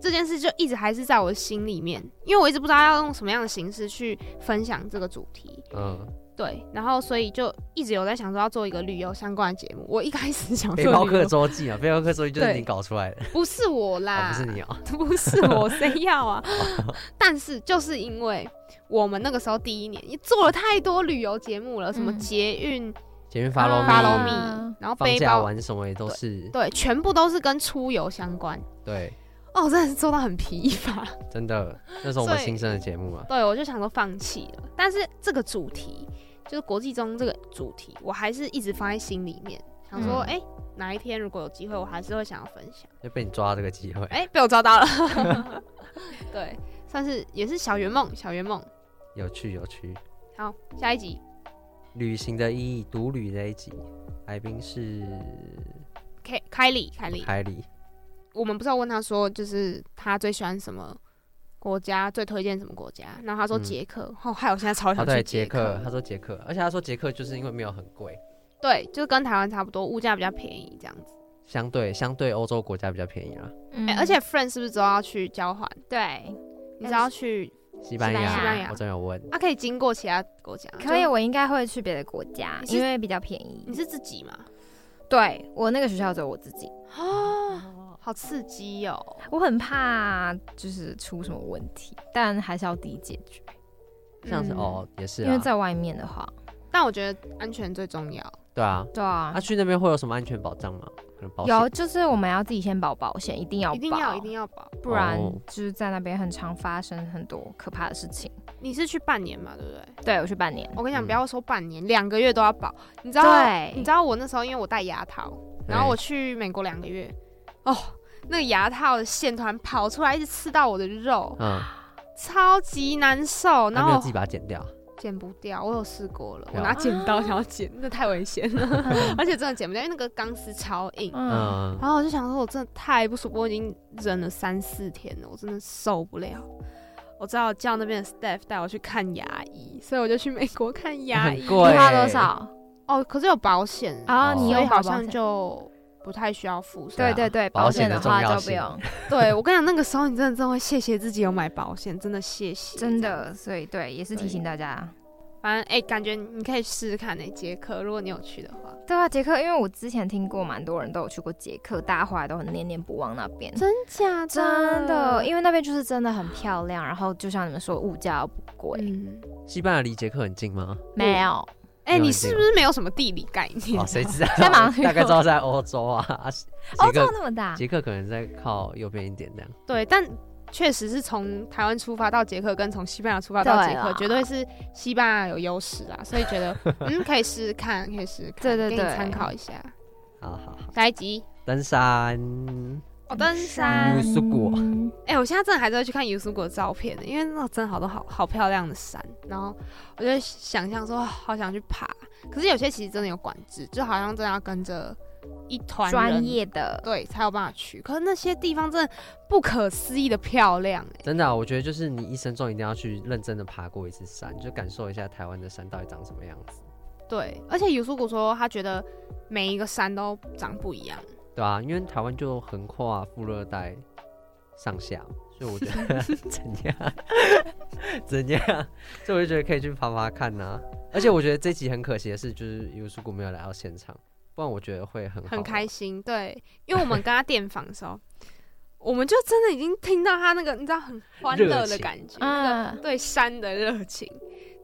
这件事，就一直还是在我的心里面，因为我一直不知道要用什么样的形式去分享这个主题。
嗯，
对，然后所以就一直有在想说要做一个旅游相关的节目。我一开始想
背包
做旅
客
游，
周记啊，背包客周记就是
对啊
你搞出来的，
不是我啦，
哦，不是你哦，
<laughs> 不是我，谁要啊？但是就是因为我们那个时候第一年也做了太多旅游节目了，什么
嗯
捷运、
前面 follow
啊
me，,
Follow
Me
Me，然后
放
背
假
包，
玩什么也都是，
对，全部都是跟出游相关。
对，
哦，我真的是做到很疲乏。 <laughs>
真的，那是我们
所以
新生的节目啊，
对，我就想说放弃了。但是这个主题就是国际中这个主题，我还是一直放在心里面，想说，
嗯
哎、哪一天如果有机会，我还是会想要分享。
就被你抓到这个机会，
哎、被我抓到了。 <laughs> 对，算是也是小圆梦，小圆梦。
有趣有趣。
好，下一集
旅行的意义，独旅这一集，来宾是
凯凯里，凯里，
凯里，
我们不是要问他说，就是他最喜欢什么国家，最推荐什么国家？然后他说
嗯
捷克，哦，害我现在超
哦
想
对，
去
捷克
克，，
他说捷克，而且他说捷克就是因为没有很贵，
对，就跟台湾差不多，物价比较便宜这样子。
相对相对欧洲国家比较便宜啦，
嗯
哎、而且 Friend 是不是都要去交换？
对，
你知道去，
西班
西班牙嗯西班
牙
我真有问，
他、可以经过其他国家，
可以，
就。
我应该会去别的国家，
你是
因为比较便宜
你。是自己吗？
对我那个学校只有我自己，
啊， <gasps> 好刺激哦！
我很怕就是出什么问题，但还是要自己解决，
像是
嗯
哦也是
因为
啊，
在外面的话，
但我觉得安全最重要。
对啊，
对啊
他，去那边会有什么安全保障吗？可能保险
有就是我们要自己先保保险，一定要保，
一定要一定要保。
不然
哦
就是在那边很常发生很多可怕的事情。
你是去半年嘛，对不对？
对我去半年，
我跟你讲，
嗯
不要说半年，两个月都要保。你知道，
对
你知道我那时候因为我戴牙套，然
哎
后我去美国两个月，哦，那个牙套的线团跑出来，一直刺到我的肉，
嗯，
超级难受。然
啊他没有
后
自己把它剪掉，
剪不掉，我有试过了，
对
我
啊
拿剪刀想要剪，那太危险
<laughs>
了，而且真的剪不掉，因为那个钢丝超硬。
嗯，
嗯，
然后我就想说，我真的太不舒服，我已经忍了三四天了，我真的受不了。我只好叫那边的 staff 带我去看牙医，所以我就去美国看牙医
很。
你
贵，
花多少？
哦，可是有保险啊，
啊，你
所
有
以
保
好
保
像
险
就不太需要付。
对啊
对对对，
保
保
险
险
的
的
重
话
要
就不
性
用，
<laughs> 对我跟你讲，那个时候你真的真的会谢谢自己有买保险，真的谢谢，
真。的，所以对，也是提
对
醒大家。
反正哎、感觉你可以试试看呢、杰克，如果你有去的话，
对啊，捷克，因为我之前听过蛮多人都有去过捷克，大家后来都很念念不忘那边。
真假
真
嗯
的，因为那边就是真的很漂亮，然后就像你们说，物价又不贵，
嗯，
西班牙离捷克很近
<laughs>
吗？
没有，
哎、
没有
你
一
是
定
不是没有什么地理概念、
哦，谁知道？
<laughs> 在哪里
大概知道在欧洲啊，啊捷
<laughs> 欧洲
克
哦那么大，
捷克可能在靠右边一点这样，
<laughs> 对，但确实是从台湾出发到捷克，跟从西班牙出发到
对
捷克，
啦
绝对啊是西班牙有优势啦，所以觉
<laughs>
得嗯，可以试试看，可以试试看，
对对
给你
对
参考一下。
好好好，
下一集
登山，
哦，登山。
有苏果
哎、我现在真的还在会去看尤苏果的照片呢，因为那真的好多好好漂亮的山，然后我啊就想象说，哇好想去爬。可是有些其实真的有管制，就好像真的要跟着一团
专
人
业的，
对才有办法去。可是那些地方真的不可思议的漂亮、欸，
真的啊、我觉得就是你一生中一定要去认真的爬过一次山，就感受一下台湾的山到底长什么样子，
对。而且有叔谷说他觉得每一个山都长不一样，
对啊，因为台湾就横跨副热带上下，所以我觉
<laughs>
得怎样 <laughs> 怎样，所以我就觉得可以去爬爬看呐、而且我觉得这集很可惜的是，就是有叔谷没有来到现场，不然我觉得会很好
很开
玩。
心。对，因为我们跟他电访的时候， <laughs> 我们就真的已经听到他那个你知道很欢乐
热
的
情
感觉，那
嗯
个对山的热情。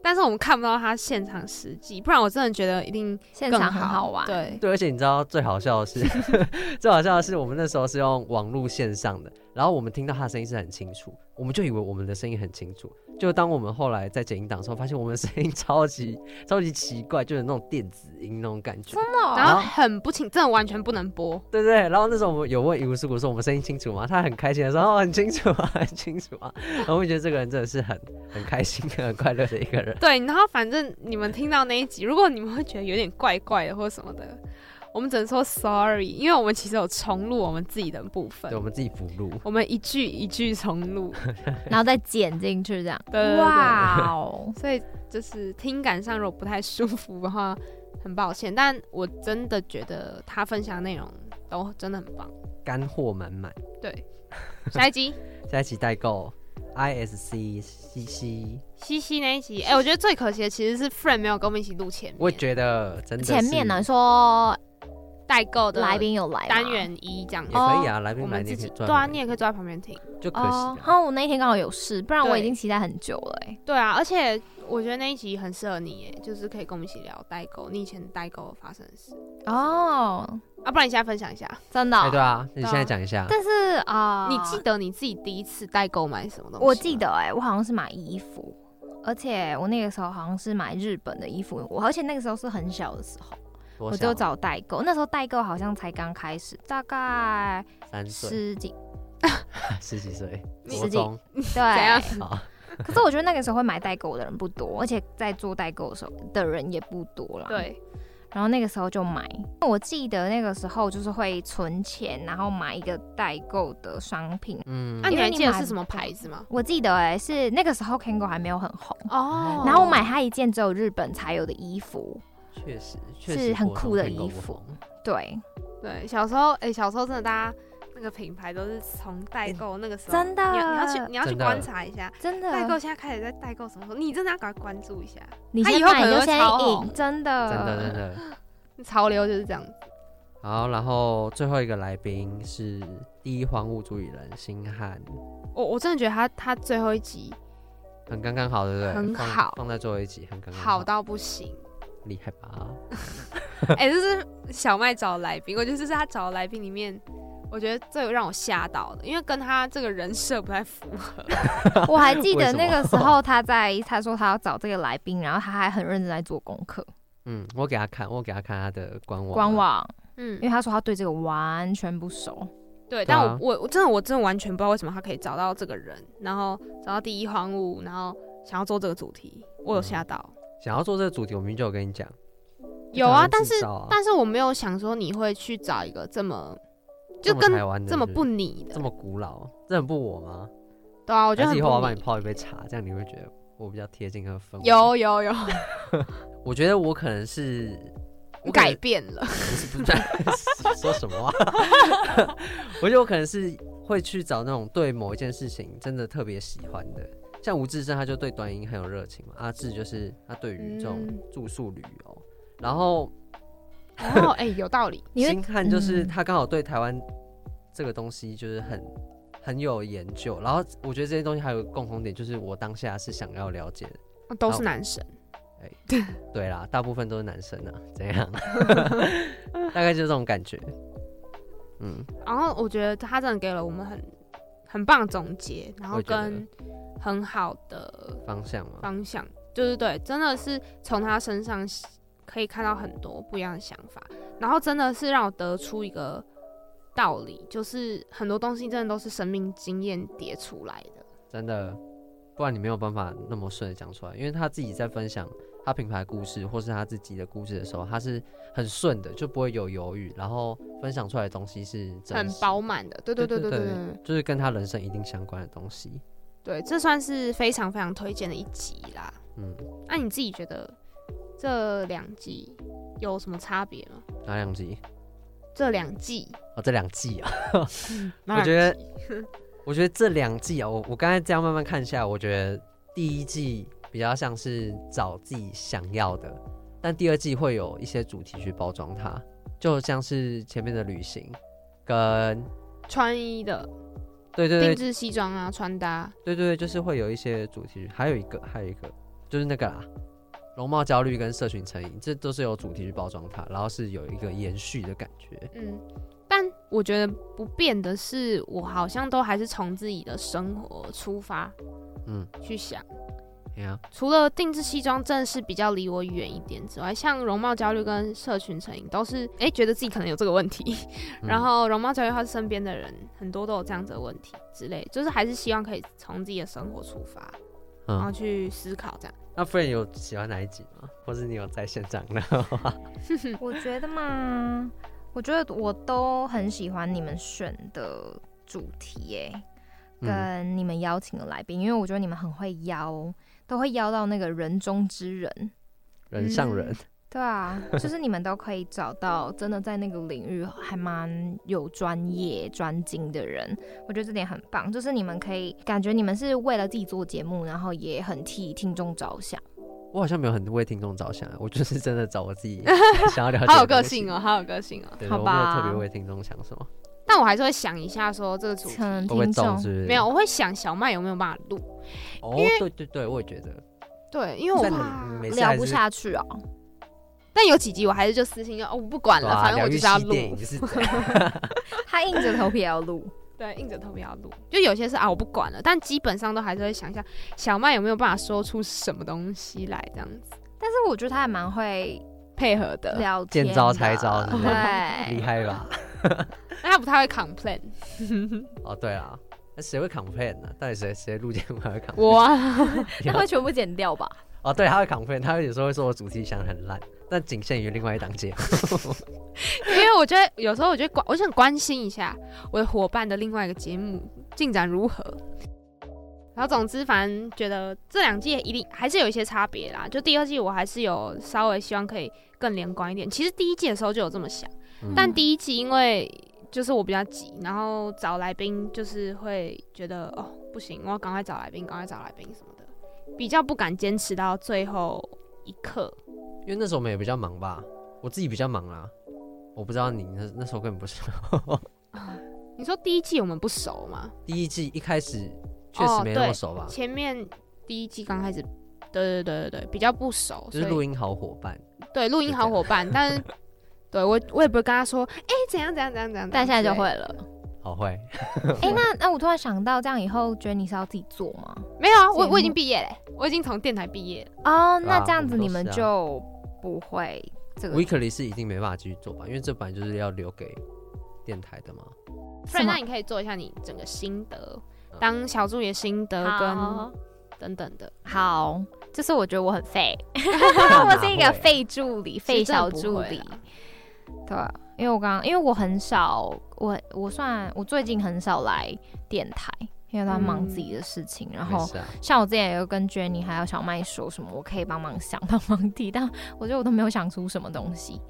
但是我们看不到他现场实际，不然我真的觉得一定
现
更
场很好玩，，
对，
<laughs> 对，而且你知道最好笑的是， <laughs> 最好笑的是我们那时候是用网络线上的，然后我们听到他的声音是很清楚，我们就以为我们的声音很清楚，就当我们后来在剪音档的时候，发现我们的声音 <laughs> 超级超级奇怪，就有那种电子音那种感觉。
真的哦
然后很不清，真的完全不能播。
对对，然后那时候我们有问伊无斯谷说我们声音清楚吗？他很开心的说哦很清楚啊，很清楚啊。然后我觉得这个人真的是很很开心、很快乐的一个人。
对，然后反正你们听到那一集，如果你们会觉得有点怪怪的或什么的，我们只能说 sorry，因为我们其实有重录我们自己的部分
对，我，们自己补录，
我们一句一句重录。
然后再剪进去这样，
对对对
哇哦，
所以就是听感上如果不太舒服的话，很抱歉。但我真的觉得他分享的内容都真的很棒。
干货满满。
对，下一集
下一期代购 ISC CC，
西西那一集，哎、我觉得最可惜的其实是 Friend 没有跟我们一起录前面，
我也觉得真的是
前面呢说
代购的
来宾哦有来吗
单元一这样子
也。可以啊，来
哦我
宾来
们自
你也可
己
以赚
对
嘛，
啊，你也可以坐在旁边听。
就可
哦，
惜啊哎
然
了。
后我那天刚好有事，不然
对
我已经期待很久了哎，
对啊，而且我觉得那一集很适合你耶，就是可以跟我们一起聊代购，你以前代购发生的事
哦，
啊，不然你现在分享一下，
真的哦，
哎，对啊，那你
对啊
现在讲一下，
但是啊，
你记得你自己第一次代购买什么东西？
我记，得哎、我好像是买衣服，而且我那个时候好像是买日本的衣服，我而且那个时候是很小的时候，
我
我就找代购，那时候代购好像才刚开始，大概
三岁，啊
十几
十几岁，
你
国
十几
中
怎样
<laughs>
哦
对。
好，
可是我觉得那个时候会买代购的人不多，而且在做代购的时候的人也不多啦。。
对，
然后那个时候就买，我记得那个时候就是会存钱，然后买一个代购的商品。
嗯
那、，啊你
因为
还
你
记得
买
是什么牌子吗？
我记得哎、是那个时候 Kango 还没有很红，
哦
然后我买它一件只有日本才有的衣服。
确实确
是
实
很
国中
酷的
看过
衣
不
服
红，
对，
对，小时候，哎、小时候真的大家那个品牌都是从代购那个时候，
真的
你要你要去你要去
真的
观察一下，
真的。
代购现在开始在代购什么时候，你真的要赶快关注一下，
你
它
先
以后
买
可能
就
会
先
超
赢，
红
真的，
呃
真的真的。
潮流就是这样子。
好，然后最后一个来宾是第一荒物主理人星汉，
我我真的觉得他他最后一集
很刚刚好，对不对？
很
放
好
放在最后一集，很刚刚
好，到不行，
厉害吧？
哎、这是小麦找的来宾，我觉得这是他找的来宾里面，我觉得最让我吓到的，因为跟他这个人设不太符合。
<laughs> 我还记
为
得
什
那
么
个时候他在，他说他要找这个来宾，然后他还很认真在做功课，
嗯，我给他看，我给他看他的官网，啊
官，网，因为
<laughs> 嗯，
他说他对这个完全不熟。
<laughs> 对，
对
但
啊
我我我真的我真的完全不知道为什么他可以找到这个人，然后找到第一荒芜，然后想要做这个主题，我有吓到。
想要做这个主题，我明明就有跟你讲，嗯
有啊，
就台湾
但
制
是
造啊
但是我没有想说你会去找一个这么就
这么
跟
台湾的
这么
是
不你的
这，么古老，这很不我吗？
对啊，我
我
觉得很
以后我要
不
帮你
你。
泡一杯茶，这样你会觉得我比较贴近和氛围。，
有有有，
我觉得我可能是我可能
改变了，
不是不是 <laughs> 说什么啊？我觉得我可能是会去找那种对某一件事情真的特别喜欢的，像吴志胜他就对短音很有热情嘛，阿志就是他对于这种
嗯
住宿旅游，然后
然后哎、有道理，
因为
星汉就是
嗯
他刚好对台湾这个东西就是很很有研究，然后我觉得这些东西还有个共同点，就是我当下是想要了解的。
都是男生，
对啦，大部分都是男生啊，怎样？ <laughs> 大概就是这种感觉。嗯，
然后我觉得他真的给了我们很很棒的总结，然后
我觉得
跟很好的
方向嘛，
方向，就是对，真的是从他身上可以看到很多不一样的想法，然后真的是让我得出一个道理，就是很多东西真的都是生命经验叠出来的。
真的，不然你没有办法那么顺的讲出来，因为他自己在分享他品牌故事或是他自己的故事的时候，他是很顺的，就不会有犹豫，然后分享出来的东西是真
很
实
饱满的，对对对
对
对对
对
对
就是跟他人生一定相关的东西。
对，这算是非常非常推荐的一集啦。
嗯，
那、你自己觉得这两季有什么差别吗？
哪两集？
这两季，
哦，这两季啊，
那
我觉得
两季 <laughs>
我觉得这两季啊，我我刚才这样慢慢看下来，我觉得第一季比较像是找自己想要的，但第二季会有一些主题去包装它，就像是前面的旅行，跟
穿衣的
对对对
定制西装啊，穿搭，
对对对，就是会有一些主题，还有一个，还有一个就是那个啦，容貌焦虑跟社群成瘾，这都是有主题去包装它，然后是有一个延续的感觉。
嗯。但我觉得不变的是，我好像都还是从自己的生活出发
嗯，
去想。
哎呀、
除了定制西装真的是比较离我远一点之外，像容貌焦虑跟社群成瘾都是哎、诶觉得自己可能有这个问题，
嗯
然后容貌焦虑他身边的人很多都有这样子的问题之类，就是还是希望可以从自己的生活出发，然后
嗯，
去思考这样。
那 f r 有喜欢哪一集吗？或是你有在现场的话，
我觉得嘛，我觉得我都很喜欢你们选的主题耶、
嗯，
跟你们邀请的来宾，因为我觉得你们很会邀，都会邀到那个人中之人。
人上人，
嗯
对啊，就是你们都可以找到真的在那个领域还蛮有专业专精的人，我觉得这点很棒。就是你们可以感觉你们是为了自己做节目，然后也很替听众着想。
我好像没有很为听众着想，我
<laughs>
就是真的找我自己想要了解。
好有个性哦、，好有个性哦、
对，
好
我没有
吧
特别为听众想什么，
但我还是会想一下说这个主题
嗯，
会不会
听
中
众
是不是？
没有，，我会想小麦有没有办法录，
哦，对对对，我也觉得。
对，因为我
但
怕
你。每次
聊
还
不
哎是
下去哦。
但有几集我还是就私信说哦，我不管了，
对啊
反正我
疗
就
愈
是要
系
录
电。影 <laughs> 是
他硬着头皮也要录，
<laughs> 对，硬着头皮要录，就有些是啊，我不管了，但基本上都还是会想一下小麦有没有办法说出什么东西来，这样子
但是我觉得他还蛮会
配合的。
聊天
呃见
的，
招拆招是不是厉 <laughs>
对，
害吧？
那他不太会 complain，
哦，对啊，那谁会 complain 呢、到底谁谁录节目还会 complain？
我啊
那会全部剪掉吧？
<laughs> 哦，对，他会 complain，他有时候会说我主题想得很烂，但仅限于另外一档节目。
因为我觉得有时候我觉得关，我想关心一下我的伙伴的另外一个节目进展如何。然后总之，反正觉得这两季一定还是有一些差别啦。就第二季我还是有稍微希望可以更连贯一点。其实第一季的时候就有这么想。
嗯
但第一集因为就是我比较急，然后找来宾就是会觉得哦不行，我要赶快找来宾，赶快找来宾什么的，比较不敢坚持到最后一刻。
因为那时候我们也比较忙吧，我自己比较忙啦，我不知道你那那时候根本不是。
你说第一季我们不熟吗？
第一季一开始确实
哦
没那么
对
熟吧，
前面第一季刚开始，对对对对对，比较不熟，
就是录
音
音好伙伴。
对录音好伙伴，但是对我我也不会跟他说，哎、怎样怎样怎样怎样，
但现在就会
之
了。
好会，
哎、那那我突然想到，这样以后 Jenny 是要自己做吗？
类没有啊，
节
我
目
我已经毕业嘞，我已经从电台毕业了，
哦、
对啊
那这样子你们
我们都是啊
就不会这个
Weekly 是一定没办法继续做吧，因为这本来就是要留给电台的嘛。
不然
吗
那你可以做一下你整个心得
嗯，
当小助理的心得跟
好
等等的，
好，就是我觉得我很废，
我
我是一个废助理、废小助
其实真
理
的不会。啦
对啊，因为我刚因为我很少，我我算我最近很少来电台，因为他忙
嗯
自己的事情，然
没
后
事啊，
像我之前也有跟 Jenny 还有小麦说什么，我可以帮忙想、帮忙提，但我觉得我都没有想出什么东西，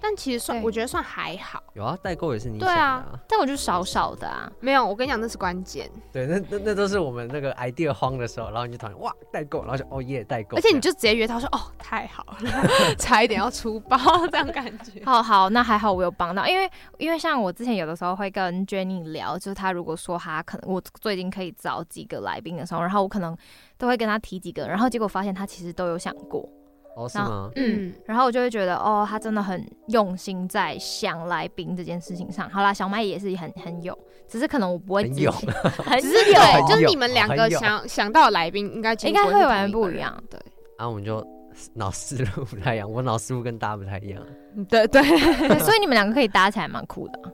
但其实算，
对
我觉得算还好。
有啊，代购也是你想
对
的、
啊
啊。
但我就少少的啊。
没有，我跟你讲，那是关键。
对，那那那都是我们那个 idea 慌的时候，然后你就突然哇代购，然后就哦耶代购，
而且你就直接约他说：“哦，太好了， <laughs> 差一点要出包，这样感 <laughs> 觉。
好好，那还好我有帮到，因为因为像我之前有的时候会跟 Jenny 聊，就是她如果说她可能我最近可以找几个来宾的时候，然后我可能都会跟她提几个，然后结果发现她其实都有想过，
这样哦是吗”？
嗯，
然后我就会觉得哦，她真的很用心在想来宾这件事情上。好啦，小麦也是很很有，只是可能我不会
很
自己
有 <laughs>
很
只是
有
对，就
很
是
有
你们两
很
个
有
想想到的来宾，应该几乎
应该
不是
会完全
同
不
个
一
人。
样。
然啊后我们就脑思路不太一样，我脑思路跟大家不太一样。
对对，
<laughs> 对，所以你们两个可以搭起来，蛮酷的啊。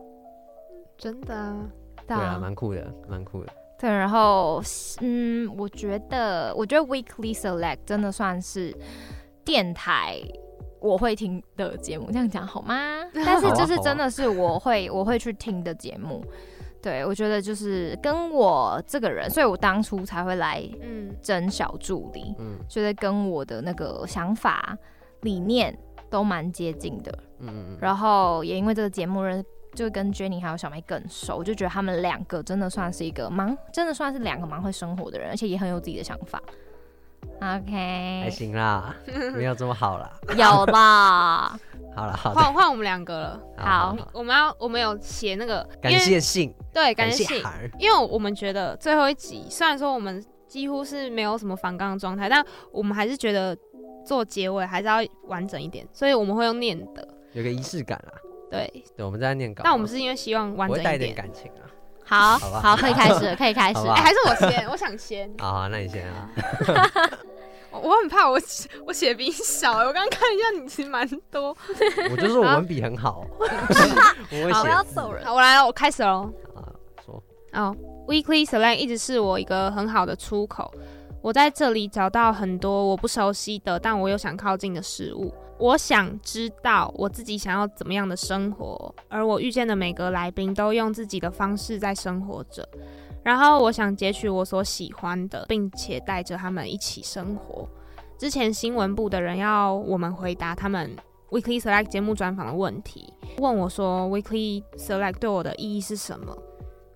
真的啊。
对
对啊，
啊，
蛮酷的，蛮酷的。
对，然后嗯，我觉得，我觉得 Weekly Select 真的算是电台我会听的节目，这样讲
<laughs>
好吗？但是
好啊
就是
好啊
真的是我会我会去听的节目。对，我觉得就是跟我这个人，所以我当初才会来
嗯，
争小助理，
嗯
觉得跟我的那个想法理念都蛮接近的。
嗯嗯，嗯
然后也因为这个节目认识。就跟 Jenny 还有小梅更熟，我就觉得他们两个真的算是一个蛮，真的算是两个蛮会生活的人，而且也很有自己的想
<laughs>
法。啊
还
哎
OK，
行
<laughs>
啦，没有这么好啦。
有啦，
好了，好的，
换换我们两个了。
好
我们要我们有写那个，
感
因为
谢信，
对
感
感谢信，
函儿，
因为我们觉得最后一集虽然说我们几乎是没有什么反纲的状态，但我们还是觉得做结尾还是要完整一点，所以我们会用念的。
有个仪式感啦。
对，
对，我们在念稿嘛，
但我们是因为希望完
我
整
会带
一
一点
点。
感情啊。
好
好吧
好，可以开始了，可以开始
好
哎、
吧
还是我先，我想先。
啊，好那你先
<laughs>
啊。
我我很怕我写我写比你少、我刚刚看一下你其实蛮多。
我就说我文笔
<laughs>
很好，
哎
我会写字
走人
好，我来了，我开始喽。
啊。说
哦、w e e k l y Select 一直是我一个很好的出口。我在这里找到很多我不熟悉的，但我又想靠近的事物。我想知道我自己想要怎么样的生活，而我遇见的每个来宾都用自己的方式在生活着。然后我想截取我所喜欢的，并且带着他们一起生活。之前新闻部的人要我们回答他们 Weekly Select 节目专访的问题，问我说 Weekly Select 对我的意义是什么？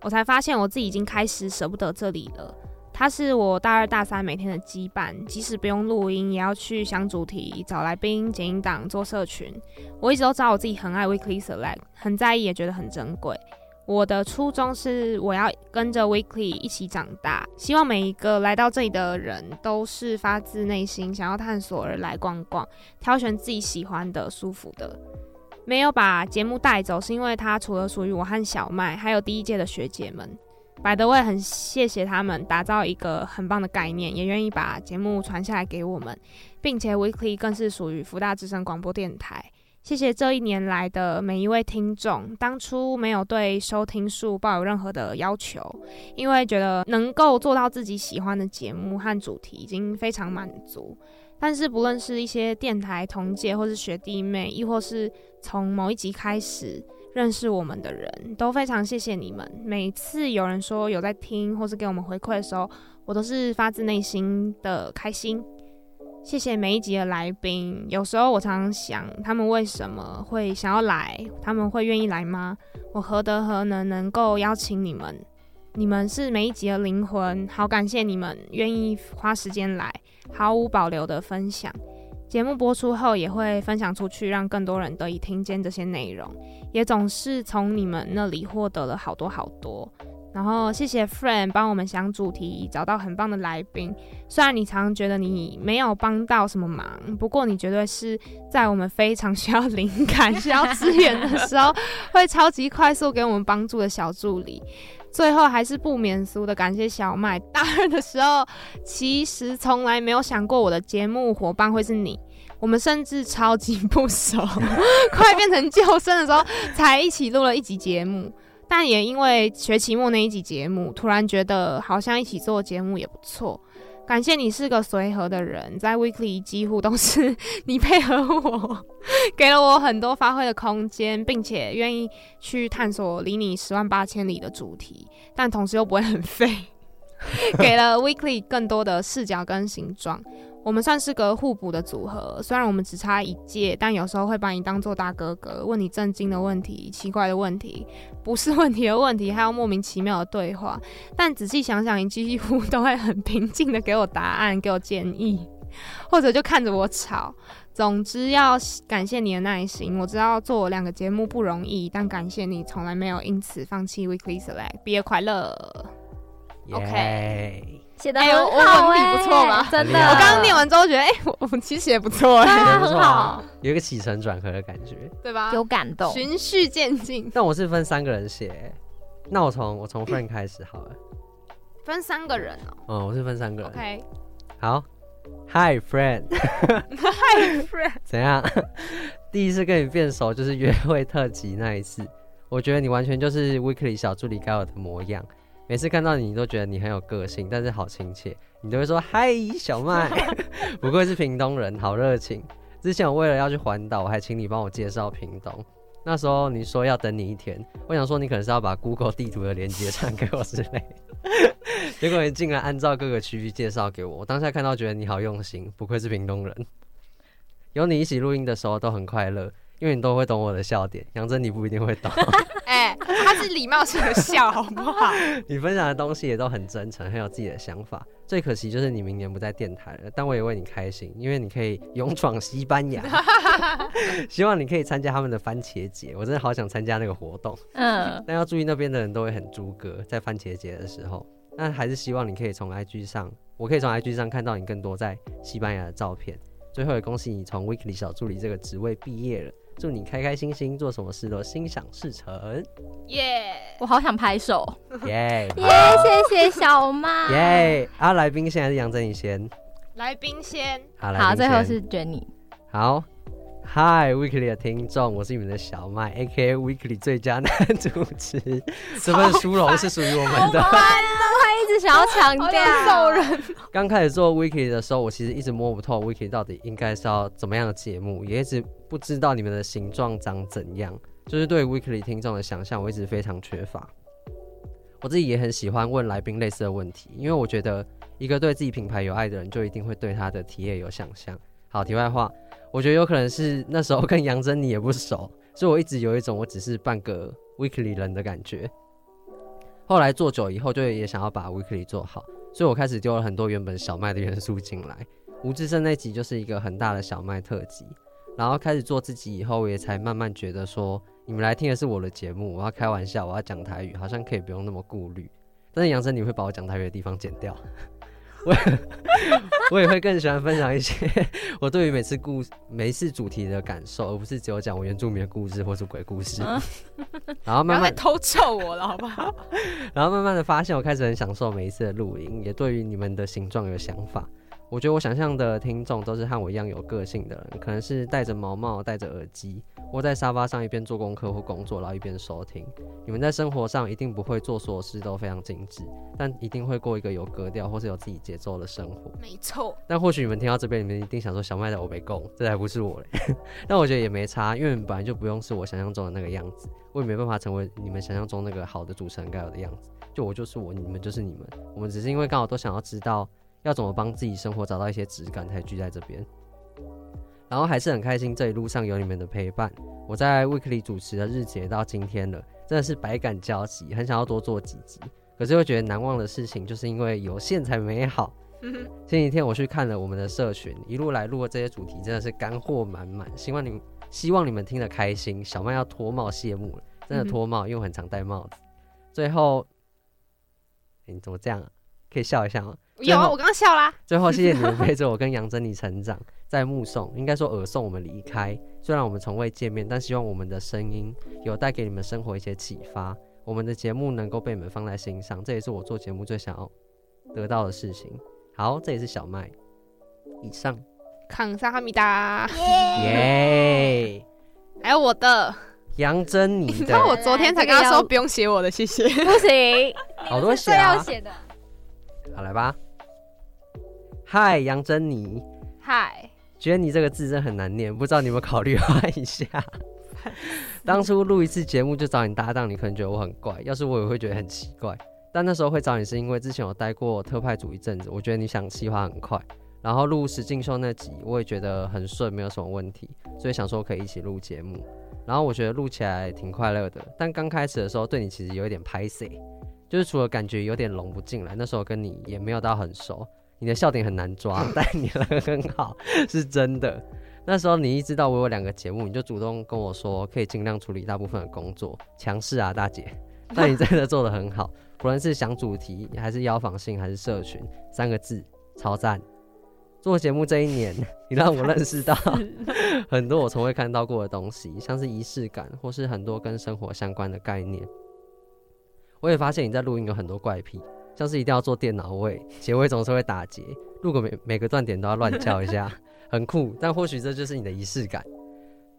我才发现我自己已经开始舍不得这里了。它是我大二大三每天的羁绊，即使不用录音，也要去想主题、找来宾、剪音档、做社群。我一直都知道我自己很爱 Weekly Select，很在意，也觉得很珍贵。我的初衷是我要跟着 Weekly 一起长大，希望每一个来到这里的人都是发自内心想要探索而来逛逛，挑选自己喜欢的、舒服的。没有把节目带走，是因为它除了属于我和小麦，还有第一届的学姐们。百德也很谢谢他们打造一个很棒的概念，也愿意把节目传下来给我们，并且 Weekly 更是属于福大之声广播电台。谢谢这一年来的每一位听众，当初没有对收听数抱有任何的要求，因为觉得能够做到自己喜欢的节目和主题已经非常满足。但是不论是一些电台同届或是学弟妹，亦或是从某一集开始认识我们的人，都非常谢谢你们。每次有人说有在听，或是给我们回馈的时候，我都是发自内心的开心。谢谢每一集的来宾。有时候我常常想，他们为什么会想要来？他们会愿意来吗？我何德何能能够邀请你们？你们是每一集的灵魂，好感谢你们愿意花时间来，毫无保留的分享。节目播出后也会分享出去，让更多人得以听见这些内容，也总是从你们那里获得了好多好多。然后谢谢 Friend 帮我们想主题，找到很棒的来宾。虽然你常常觉得你没有帮到什么忙，不过你绝对是在我们非常需要灵感、需要资源的时候，会超级快速给我们帮助的小助理。最后还是不免俗的感谢小麦。大二的时候，其实从来没有想过我的节目伙伴会是你，我们甚至超级不熟，快变成旧生的时候才一起录了一集节目。但也因为学期末那一集节目，突然觉得好像一起做节目也不错。感谢你是个随和的人，在 Weekly 几乎都是你配合我，给了我很多发挥的空间，并且愿意去探索离你十万八千里的主题，但同时又不会很废，给了 Weekly 更多的视角跟形状。我们算是个互补的组合，虽然我们只差一届，但有时候会把你当做大哥哥，问你震惊的问题、奇怪的问题、不是问题的问题，还有莫名其妙的对话。但仔细想想，你几乎都会很平静的给我答案，给我建议，或者就看着我吵。总之要感谢你的耐心，我知道做两个节目不容易，但感谢你从来没有因此放弃 Weekly Select。毕业快乐！
耶
OK
写的
哎我
很好哎
我文笔不错吧
很厉
真的，
害
我刚刚念完之后觉得，哎、我我们其实也不错，
对
哎
啊，
不
很
错啊
好，
有一个起承转合的感觉。
对吧？
有感动。
循序渐进，
但我是分三个人写，那我从我从 Frank 开始好了。
分三个人哦、
嗯，我是分三个人。
OK，
好，Hi Friend，怎 <laughs> 样？第一次跟你变熟就是约会特辑那一次，我觉得你完全就是 Weekly 小助理该有的模样。每次看到你都觉得你很有个性，但是好亲切，你都会说嗨小麦，不愧是屏东人，好热情。之前我为了要去环岛，我还请你帮我介绍屏东。那时候你说要等你一天，我想说你可能是要把 Google 地图的链接传给我之类的结果你竟然按照各个区域介绍给我，我当下看到觉得你好用心，不愧是屏东人。有你一起录音的时候都很快乐，因为你都会懂我的笑点。杨真你不一定会懂，
哎、他是礼貌性的笑，好不好？
你分享的东西也都很真诚，很有自己的想法。最可惜就是你明年不在电台了，但我也为你开心，因为你可以勇闯西班牙。希望你可以参加他们的番茄节，我真的好想参加那个活动。
嗯，
但要注意那边的人都会很猪哥，在番茄节的时候。但还是希望你可以从 IG 上，我可以从 IG 上看到你更多在西班牙的照片。最后也恭喜你从 Weekly 小助理这个职位毕业了，祝你开开心心，做什么事都心想事
<laughs>
成，
<laughs> 耶、
我好想拍手， <laughs>
耶
耶、谢谢小麦，
<laughs> 耶！啊，来宾现在是杨振宇先，
来宾先，
好，来
好，
宾
最后
先
是 Jenny，
好，Hi Weekly 的听众，我是你们的小麦，A.K.A Weekly 最佳男主持。这份殊荣是属于我们的。
他一直想要强
<laughs>
调，
人，
刚开始做 Weekly 的时候，我其实一直摸不透 Weekly 到底应该是要怎么样的节目，也一直不知道你们的形状长怎样，就是对 Weekly 听众的想象，我一直非常缺乏。我自己也很喜欢问来宾类似的问题，因为我觉得一个对自己品牌有爱的人，就一定会对他的体验有想象。好，题外话，我觉得有可能是那时候跟杨珍妮也不熟，所以我一直有一种我只是半个 Weekly 人的感觉。后来做久以后，就也想要把 Weekly 做好。所以我开始丢了很多原本小麦的元素进来。吴志胜那集就是一个很大的小麦特辑，然后开始做自己以后，我也才慢慢觉得说，你们来听的是我的节目，我要开玩笑，我要讲台语，好像可以不用那么顾虑。 <laughs> 但是杨森，你会把我讲台语的地方剪掉，我也 <laughs> 我也会更喜欢分享一些我对于每次故每一次主题的感受，而不是只有讲我原住民的故事或是鬼故事。 <laughs> 然后
不要
慢
再
慢
偷臭我了，好不好？
然后慢慢的发现，我开始很享受每一次的录音，也对于你们的形状有想法。我觉得我想象的听众都是和我一样有个性的人，可能是戴着毛帽、戴着耳机，窝在沙发上一边做功课或工作，然后一边收听。你们在生活上一定不会做所有事都非常精致，但一定会过一个有格调或是有自己节奏的生活。
没错，
但或许你们听到这边，你们一定想说小麦的欧北贡，这才不是我嘞。 <laughs> 但我觉得也没差，因为本来就不用是我想象中的那个样子，我也没办法成为你们想象中那个好的主持人该有的样子。就我就是我，你们就是你们，我们只是因为刚好都想要知道要怎么帮自己生活找到一些质感，才聚在这边。然后还是很开心，这一路上有你们的陪伴。我在 Weekly 主持的日子也到今天了，真的是百感交集，很想要多做几集。可是又觉得难忘的事情，就是因为有限才美好。前几天我去看了我们的社群，一路来录的这些主题真的是干货满满，希望你们希望你们听得开心。小麦要脱帽谢幕了，真的脱帽，因为我很常戴帽子。最后，诶你怎么这样啊？可以笑一下吗？
有啊，我刚刚笑啦，
最后，谢谢你们陪着我跟杨珍妮成长，在目送，应该说耳送我们离开。虽然我们从未见面，但希望我们的声音有带给你们生活一些启发，我们的节目能够被你们放在心上，这也是我做节目最想要得到的事情。好，这也是小麦，以上，
康萨哈米达， <laughs>
耶、
还有我的，
杨珍妮
你知道
的
<laughs> 我昨天才跟他说不用写我的，谢 <laughs> 谢。
不行，
好多写
这要
啊，
写的，
好来吧。嗨，杨珍妮，
嗨，
觉得你这个字真的很难念，不知道你有没有考虑换一下？当初录一次节目就找你搭档，你可能觉得我很怪，要是我也会觉得很奇怪。但那时候会找你是因为之前我待过特派组一阵子，我觉得你想企划很快，然后录实境秀那集我也觉得很顺，没有什么问题，所以想说可以一起录节目。然后我觉得录起来挺快乐的，但刚开始的时候对你其实有一点拍 C，就是除了感觉有点融不进来，那时候跟你也没有到很熟，你的笑点很难抓，但你人很好， <laughs> 是真的。那时候你一知道我有两个节目，你就主动跟我说可以尽量处理大部分的工作，强势啊大姐。但你真的做得很好，不论是想主题还是邀访性还是社群，三个字超赞。做节目这一年， <laughs> 你让我认识到 <laughs> 很多我从未看到过的东西，像是仪式感或是很多跟生活相关的概念。我也发现你在录音有很多怪癖，像是一定要做电脑位，结尾总是会打结，录个每每个断点都要乱叫一下。很酷，但或许这就是你的仪式感。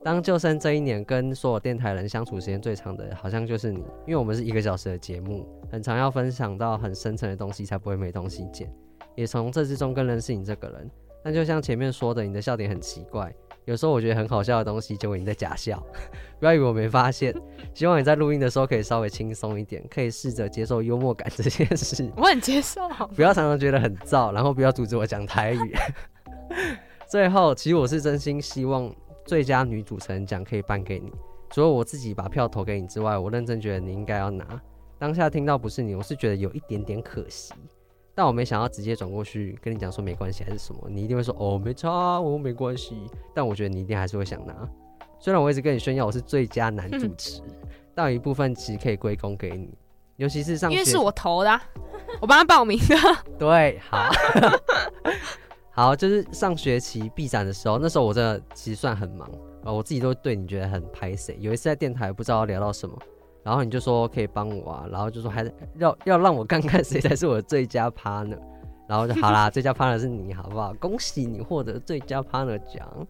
当救生这一年跟所有电台人相处时间最长的，好像就是你，因为我们是一个小时的节目，很常要分享到很深层的东西，才不会没东西剪。也从这之中更认识你这个人。但就像前面说的，你的笑点很奇怪，有时候我觉得很好笑的东西，结果你在假笑。 <laughs> 不要以为我没发现，希望你在录音的时候可以稍微轻松一点，可以试着接受幽默感这件事。
我很接受。
不要常常觉得很燥，然后不要阻止我讲台语。 <laughs> 最后，其实我是真心希望最佳女主持人奖可以颁给你。除了我自己把票投给你之外，我认真觉得你应该要拿。当下听到不是你，我是觉得有一点点可惜，但我没想到直接转过去跟你讲说没关系还是什么，你一定会说哦没差啊，我没关系。但我觉得你一定还是会想拿。虽然我一直跟你炫耀我是最佳男主
<laughs>
持，但有一部分其实可以归功给你，尤其是上
因为
学
是我投的啊、我帮他报名 <laughs> 的。
对，好，好，就是上学期闭展的时候，那时候我真的其实算很忙，呃，我自己都对你觉得很拍谁。有一次在电台不知道聊到什么，然后你就说可以帮我啊，然后就说还要要让我看看谁才是我的最佳 partner，然后就好啦，最佳 partner 是你，好不好？恭喜你获得最佳 partner 奖。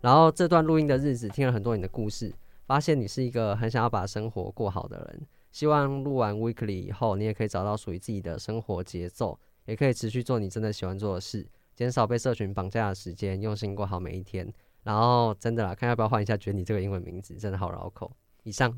然后这段录音的日子，听了很多你的故事，发现你是一个很想要把生活过好的人。希望录完 Weekly 以后，你也可以找到属于自己的生活节奏，也可以持续做你真的喜欢做的事，减少被社群绑架的时间，用心过好每一天。然后真的啦，看要不要换一下，觉得你这个英文名字真的好绕口。以上，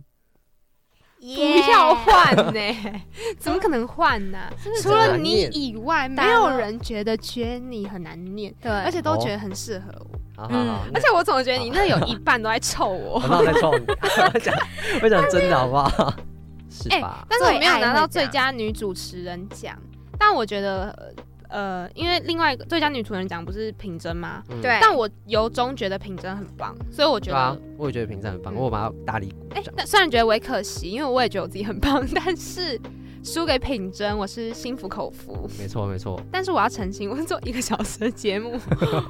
不要换呢、 <laughs> 怎么可能换呢、
是
除了
很难
你
念
以外，没
打了
有人觉得 Jenny 很难念，
对，
而
而且
且
哦
都觉得很适合我。
好好好，
嗯而且我总觉得你那有一半都在臭我
我，那我在冲你， <laughs> 我讲我讲真的好不好？是吧？
<laughs> 但是我没有拿到最佳女主持人奖。但我觉得，呃，因为另外一个最佳女主持人奖不是品珍吗？
嗯
对
但我由衷觉得品珍很棒，所以我觉
对
得，
啊，我也觉得平常很棒，
嗯
我把它大力鼓
哎、
掌。
但虽然觉得我也可惜，因为我也觉得我自己很棒， <laughs> 但是输给品珍，我是心服口服。
没错没错，
但是我要澄清，我是做一个小时的节目，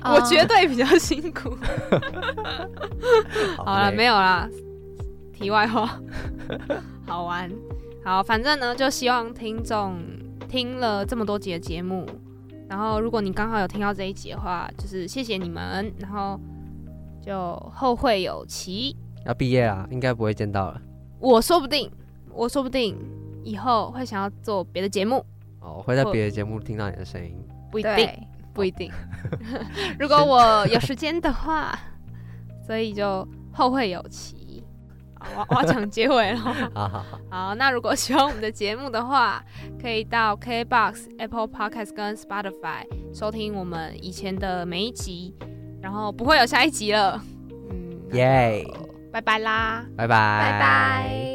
啊
我绝对比较辛苦。 <laughs> 好了，
累
没有啦，题外话， <laughs> 好玩。好，反正呢，就希望听众听了这么多集的节目，然后如果你刚好有听到这一集的话，就是谢谢你们，然后就后会有期。
要毕业啦，应该不会见到了。
我说不定，我说不定以后会想要做别的节目，
哦，会在别的节目听到你的声音。
不一定，
对，
不一定。如果我有时间的话，所以就后会有期。好我我要讲结尾了。
好好好，
好，那如果喜欢我们的节目的话，可以到 KBox、Apple Podcast 跟 Spotify 收听我们以前的每一集，然后不会有下一集了。嗯，
耶，
拜拜啦！
拜拜，
拜拜。